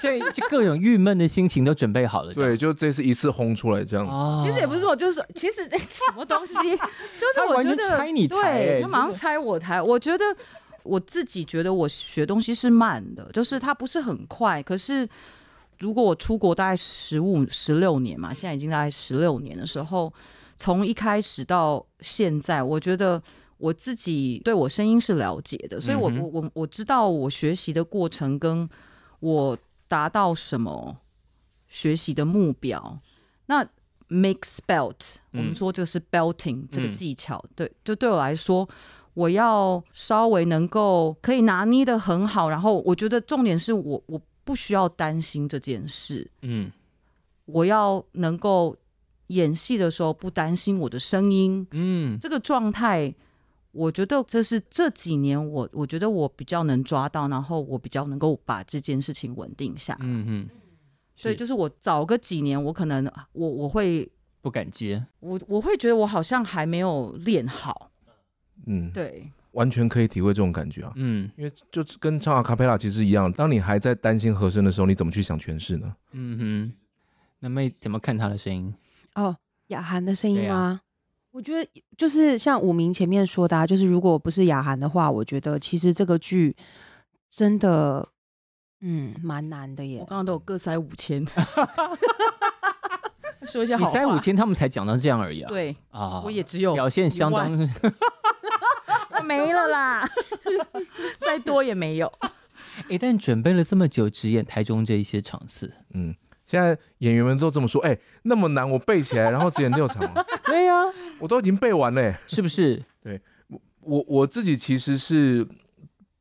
[SPEAKER 2] 现在就各种郁闷的心情都准备好了。
[SPEAKER 4] 对，就这次一次轰出来这样。
[SPEAKER 2] 哦，
[SPEAKER 3] 其实也不是我，就是其实 什 么东西，就是
[SPEAKER 2] 他
[SPEAKER 3] 我
[SPEAKER 2] 完
[SPEAKER 3] 觉
[SPEAKER 2] 全
[SPEAKER 3] 得
[SPEAKER 2] 拆你台
[SPEAKER 3] 对
[SPEAKER 2] 欸
[SPEAKER 3] 他马上
[SPEAKER 2] 真
[SPEAKER 3] 拆我台。我觉得我自己觉得我学东西是慢的，就是它不是很快。可是如果我出国大概十五、十六年嘛，现在已经大概十六年的时候，从一开始到现在，我觉得。我自己对我声音是了解的，所以我
[SPEAKER 2] 嗯
[SPEAKER 3] 我
[SPEAKER 2] 哼
[SPEAKER 3] 我我知道我学习的过程跟我达到什么学习的目标。那 mix belt，、
[SPEAKER 2] 嗯
[SPEAKER 3] 我们说这个是 belting 这个
[SPEAKER 2] 嗯
[SPEAKER 3] 技巧，对，就对我来说，我要稍微能够可以拿捏的很好，然后我觉得重点是我我不需要担心这件事，
[SPEAKER 2] 嗯
[SPEAKER 3] 我要能够演戏的时候不担心我的声音
[SPEAKER 2] 嗯
[SPEAKER 3] 这个状态。我觉得这是这几年我我觉得我比较能抓到，然后我比较能够把这件事情稳定下来。
[SPEAKER 2] 嗯嗯，
[SPEAKER 3] 对，就是我早个几年，我可能我我会
[SPEAKER 2] 不敢接。
[SPEAKER 3] 我我会觉得我好像还没有练好，
[SPEAKER 4] 嗯，
[SPEAKER 3] 对，
[SPEAKER 4] 完全可以体会这种感觉啊。
[SPEAKER 2] 嗯
[SPEAKER 4] 因为就是跟唱阿卡贝拉其实一样，当你还在担心和声的时候，你怎么去想诠释呢？
[SPEAKER 2] 嗯哼，那妹怎么看她的声音？
[SPEAKER 5] 哦，雅涵的声音
[SPEAKER 2] 对
[SPEAKER 5] 吗？
[SPEAKER 2] 啊
[SPEAKER 5] 我觉得就是像武明前面说的、啊，就是如果我不是雅涵的话，我觉得其实这个剧真的，嗯，蛮难的
[SPEAKER 3] 我
[SPEAKER 5] 耶。
[SPEAKER 3] 刚刚都有各塞五千， 说一些
[SPEAKER 2] 你
[SPEAKER 3] 好话，
[SPEAKER 2] 塞五，千，他们才讲到这样而已啊。
[SPEAKER 3] 对
[SPEAKER 2] 啊，
[SPEAKER 3] 我也只有
[SPEAKER 2] 表现相当。
[SPEAKER 4] 哦
[SPEAKER 3] 没了啦，再多也没有，
[SPEAKER 2] 哎，但准备了这么久，只演台中这一些场次，
[SPEAKER 4] 嗯，现在演员们都这么说，哎、那么难，我背起来，然后只演六场，啊
[SPEAKER 2] 对啊呀、
[SPEAKER 4] 我都已经背完了、哎
[SPEAKER 2] 是不是？
[SPEAKER 4] 我我自己其实是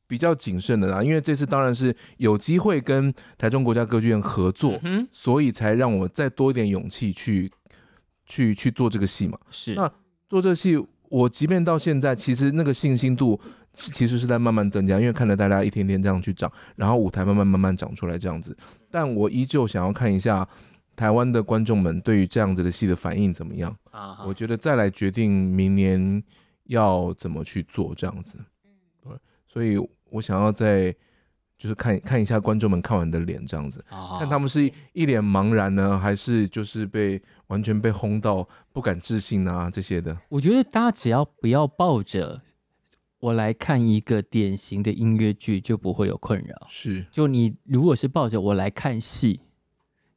[SPEAKER 4] 比较谨慎的啦，因为这次当然是有机会跟台中国家歌剧院合作，
[SPEAKER 2] 嗯，
[SPEAKER 4] 所以才让我再多一点勇气去去去做这个戏嘛。
[SPEAKER 2] 是。
[SPEAKER 4] 那做这戏，我即便到现在，其实那个信心度其其实是在慢慢增加，因为看着大家一天天这样去长，然后舞台慢慢慢慢长出来这样子。但我依旧想要看一下台湾的观众们对于这样子的戏的反应怎么样。
[SPEAKER 2] 啊
[SPEAKER 4] 我觉得再来决定明年要怎么去做这样子。
[SPEAKER 2] 嗯
[SPEAKER 4] 对，所以我想要在就是看看一下观众们看完的脸这样子。
[SPEAKER 2] 啊
[SPEAKER 4] 看他们是一脸茫然呢，还是就是被完全被轰到不敢置信啊这些的。
[SPEAKER 2] 我觉得大家只要不要抱着我来看一个典型的音乐剧，就不会有困扰。
[SPEAKER 4] 是
[SPEAKER 2] 就你如果是抱着我来看戏，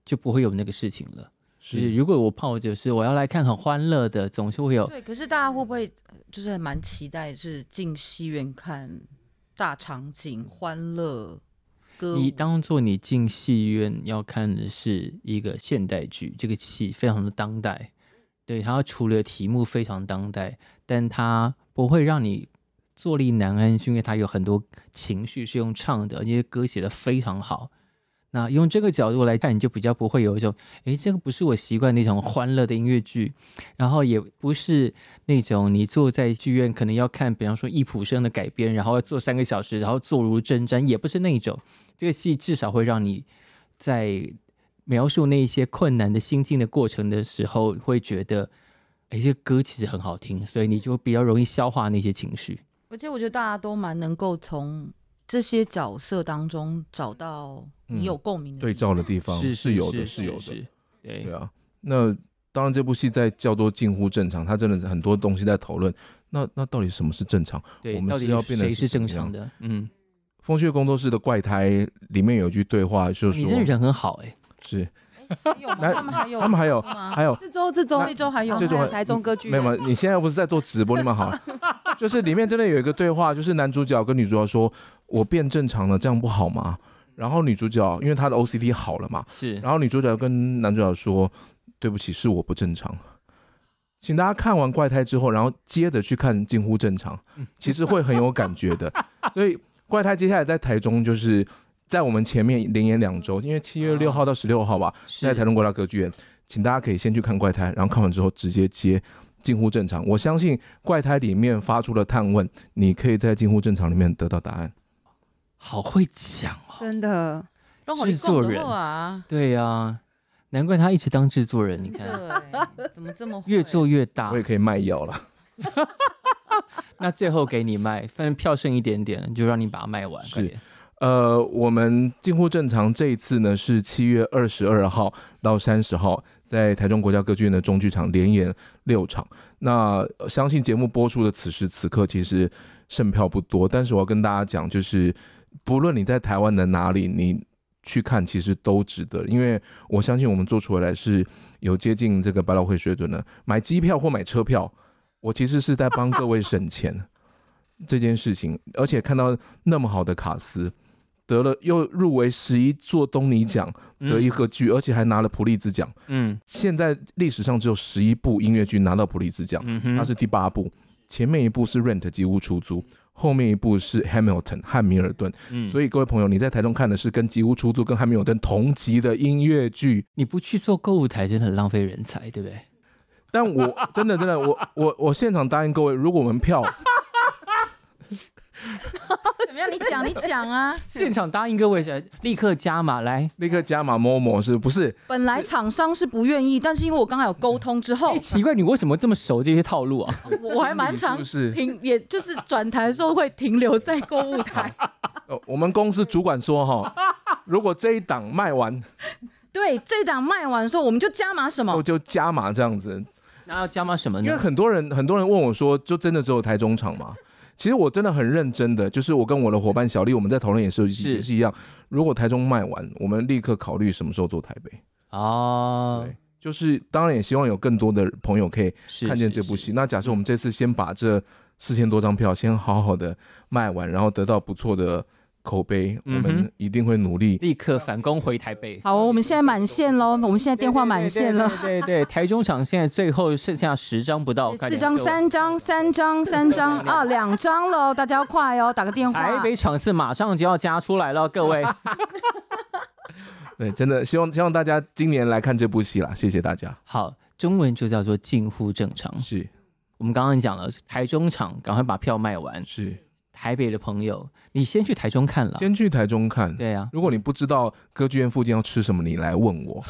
[SPEAKER 2] 就不会有那个事情了。就是如果我抱着是我要来看很欢乐的，总是会有
[SPEAKER 3] 对，可是大家会不会呃就是蛮期待，是进戏院看大场景、欢乐歌舞？
[SPEAKER 2] 你当做你进戏院要看的是一个现代剧，这个戏非常的当代，对它除了题目非常当代，但它不会让你坐立难安，是因为它有很多情绪是用唱的，而且歌写的非常好。那用这个角度来看，你就比较不会有一种，诶，这个不是我习惯那种欢乐的音乐剧，然后也不是那种你坐在剧院可能要看，比方说易卜生的改编，然后要坐三个小时，然后坐如针毡，也不是那一种。这个戏至少会让你在描述那一些困难的心境的过程的时候，会觉得，哎，这歌其实很好听，所以你就比较容易消化那些情绪。
[SPEAKER 3] 而且我觉得大家都蛮能够从这些角色当中找到
[SPEAKER 4] 嗯
[SPEAKER 3] 你有共鸣的、
[SPEAKER 4] 对照的。地方
[SPEAKER 2] 是
[SPEAKER 4] 有的，
[SPEAKER 2] 是
[SPEAKER 4] 有的。
[SPEAKER 2] 是对
[SPEAKER 4] 对啊，那当然这部戏在叫做近乎正常，它真的是很多东西在讨论。那那到底什么是正常？我
[SPEAKER 2] 对，
[SPEAKER 4] 们
[SPEAKER 2] 到
[SPEAKER 4] 是
[SPEAKER 2] 底
[SPEAKER 4] 要变得
[SPEAKER 2] 谁
[SPEAKER 4] 是
[SPEAKER 2] 是
[SPEAKER 4] 怎么
[SPEAKER 2] 正
[SPEAKER 4] 样
[SPEAKER 2] 常的？嗯，
[SPEAKER 4] 风穴工作室的怪胎里面有一句对话，就是
[SPEAKER 2] 你
[SPEAKER 4] 说
[SPEAKER 2] 这人很好哎、
[SPEAKER 4] 是
[SPEAKER 3] 有吗
[SPEAKER 4] 那
[SPEAKER 3] 他们还有
[SPEAKER 4] 他们还有
[SPEAKER 3] 出吗
[SPEAKER 4] 还有
[SPEAKER 5] 这周这周
[SPEAKER 3] 这周还有吗
[SPEAKER 4] 这种
[SPEAKER 5] 还有台中歌剧
[SPEAKER 4] 没有，没有你现在又不是在做直播，你们好 了，就是里面真的有一个对话，就是男主角跟女主角说：“我变正常了，这样不好吗？”然后女主角因为她的 OCD 好了嘛，
[SPEAKER 2] 是
[SPEAKER 4] 然后女主角跟男主角说：“对不起，是我不正常。”请大家看完《怪胎》之后，然后接着去看《近乎正常》，其实会很有感觉的。所以《怪胎》接下来在台中就是在我们前面连演两周，因为七月六号到十六号吧，在
[SPEAKER 2] 是
[SPEAKER 4] 台中国家歌剧院，请大家可以先去看《怪胎》，然后看完之后直接接《近乎正常》。我相信《怪胎》里面发出的探问，你可以在《近乎正常》里面得到答案。
[SPEAKER 2] 好会讲哦。
[SPEAKER 5] 真的，
[SPEAKER 3] 让我一
[SPEAKER 2] 制作
[SPEAKER 3] 共的
[SPEAKER 2] 人
[SPEAKER 3] 话 啊，
[SPEAKER 2] 对呀、难怪他一直当制作人，你看
[SPEAKER 3] 对，怎么这么会
[SPEAKER 2] 越做越大
[SPEAKER 4] 我。也可以卖药了，
[SPEAKER 2] 那最后给你卖，反正票剩一点点，就让你把它卖完。
[SPEAKER 4] 是
[SPEAKER 2] 快点
[SPEAKER 4] 呃，我们近乎正常这一次呢是七月二十二号到三十号，在台中国家歌剧院的中剧场连演六场。那呃相信节目播出的此时此刻，其实剩票不多，但是我要跟大家讲，就是不论你在台湾的哪里，你去看其实都值得，因为我相信我们做出来是有接近这个百老汇水准的。买机票或买车票，我其实是在帮各位省钱 这件事情，而且看到那么好的卡斯。得了又入围十一座东尼奖的一个剧，而且还拿了普利兹奖。
[SPEAKER 2] 嗯
[SPEAKER 4] 现在历史上只有十一部音乐剧拿到普利兹奖，
[SPEAKER 2] 嗯哼，
[SPEAKER 4] 它是第八部，前面一部是《Rent》几乎出租，后面一部是《Hamilton》汉密尔顿。
[SPEAKER 2] 嗯
[SPEAKER 4] 所以各位朋友，你在台中看的是跟《几乎出租》跟《汉密尔顿》同级的音乐剧，
[SPEAKER 2] 你不去做购物台，真的很浪费人才，对不对？
[SPEAKER 4] 但我真的真的，我我我现场答应各位，如果我们票
[SPEAKER 3] 怎么样？你讲，你讲 啊！
[SPEAKER 2] 现场答应各位，呃立刻加码来。
[SPEAKER 4] 立刻加码某某是不是？
[SPEAKER 3] 本来厂商是不愿意，但是因为我刚才有沟通之后
[SPEAKER 2] 哎，，奇怪，你为什么这么熟这些套路啊？
[SPEAKER 3] 我我还蛮常
[SPEAKER 4] 是不是
[SPEAKER 3] 停，也就是转台的时候会停留在购物 台。
[SPEAKER 4] 呃，我们公司主管说哈，如果这一档卖完，
[SPEAKER 3] 对，这档卖完的时候，我们就加码什
[SPEAKER 4] 就
[SPEAKER 3] 么？
[SPEAKER 4] 就加码这样子，
[SPEAKER 2] 那要加码什么
[SPEAKER 4] 因为
[SPEAKER 2] 呢？
[SPEAKER 4] 很多人很多人问我说，就真的只有台中场 吗？其实我真的很认真的，就是我跟我的伙伴小丽，我们在讨论也是
[SPEAKER 2] 是
[SPEAKER 4] 也是一样。如果台中卖完，我们立刻考虑什么时候做台北。
[SPEAKER 2] 哦
[SPEAKER 4] 对，就是当然也希望有更多的朋友可以
[SPEAKER 2] 是
[SPEAKER 4] 看见这部戏。，那假设我们这次先把这四千多张票先好好的卖完，然后得到不错的口碑，我
[SPEAKER 2] 嗯哼
[SPEAKER 4] 们一定会努力。
[SPEAKER 2] 立刻反攻回台北。
[SPEAKER 3] 好，我们现在满线喽，我们现在电话满线了，
[SPEAKER 2] 对对对对，台中场现在最后剩下十张不到，快
[SPEAKER 3] 四
[SPEAKER 2] 点
[SPEAKER 3] 张、
[SPEAKER 2] 给我
[SPEAKER 3] 三张、三张、三张啊，两张喽，大家要快哦，打个电
[SPEAKER 2] 台
[SPEAKER 3] 话。
[SPEAKER 2] 北场次马上就要加出来了，各 位。
[SPEAKER 4] 对，真的希望希望大家今年来看这部戏啦，谢谢大家。
[SPEAKER 2] 好，中文就叫做近乎正常。
[SPEAKER 4] 是
[SPEAKER 2] 我们刚刚讲了，台中场赶快把票卖完。
[SPEAKER 4] 是，
[SPEAKER 2] 台北的朋友，你先去台中看了。
[SPEAKER 4] 先去台中看。
[SPEAKER 2] 对 呀、啊，
[SPEAKER 4] 如果你不知道歌剧院附近要吃什么，你来问我。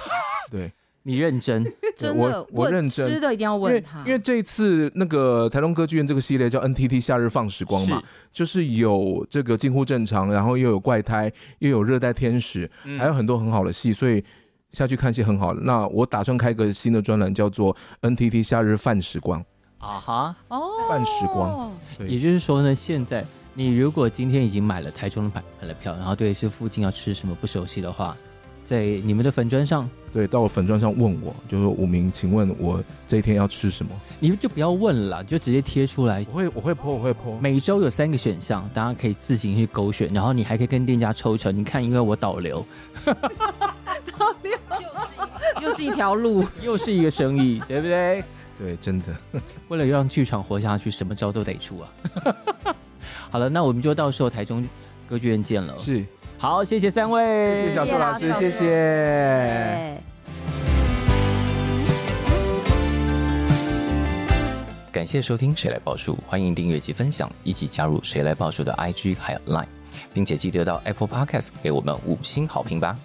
[SPEAKER 4] 对，
[SPEAKER 2] 你认真。
[SPEAKER 3] 真的
[SPEAKER 4] 我，我
[SPEAKER 3] 问
[SPEAKER 4] 认真
[SPEAKER 3] 吃的一定要
[SPEAKER 4] 因
[SPEAKER 3] 问
[SPEAKER 4] 为
[SPEAKER 3] 他，
[SPEAKER 4] 因为这一次那个台中歌剧院这个系列叫 NTT 夏日放时光嘛，就是有这个近乎正常，然后又有怪胎，又有热带天使，还有很多很好的戏，所以下去看戏很好。那我打算开个新的专栏，叫做 NTT 夏日饭时光。
[SPEAKER 2] 啊哈，
[SPEAKER 3] 哦，
[SPEAKER 4] 半时光对
[SPEAKER 2] 也就是说呢，现在你如果今天已经买了台中的买买了票，然后对这附近要吃什么不熟悉的话，在你们的粉砖上，
[SPEAKER 4] 对，到我粉砖上问我，就说武明，请问我这一天要吃什么？
[SPEAKER 2] 你就不要问了，就直接贴出来。
[SPEAKER 4] 我会我会剖我会剖。
[SPEAKER 2] 每周有三个选项，大家可以自行去勾选，然后你还可以跟店家抽成。你看，因为我导流，
[SPEAKER 3] 又是一条路。
[SPEAKER 2] 又是一个生意，对不对？
[SPEAKER 4] 对，真的。
[SPEAKER 2] 为了让剧场活下去，什么招都得出啊！ 好了，那我们就到时候台中歌剧院见了。
[SPEAKER 4] 是，
[SPEAKER 2] 好，谢谢三位，
[SPEAKER 4] 谢谢小树老师，谢谢。
[SPEAKER 5] 哎
[SPEAKER 2] 感谢收听《谁来报数》，欢迎订阅及分享，一起加入《谁来报数》的 IG 还有 Line，并且记得到 Apple Podcast 给我们五星好评吧。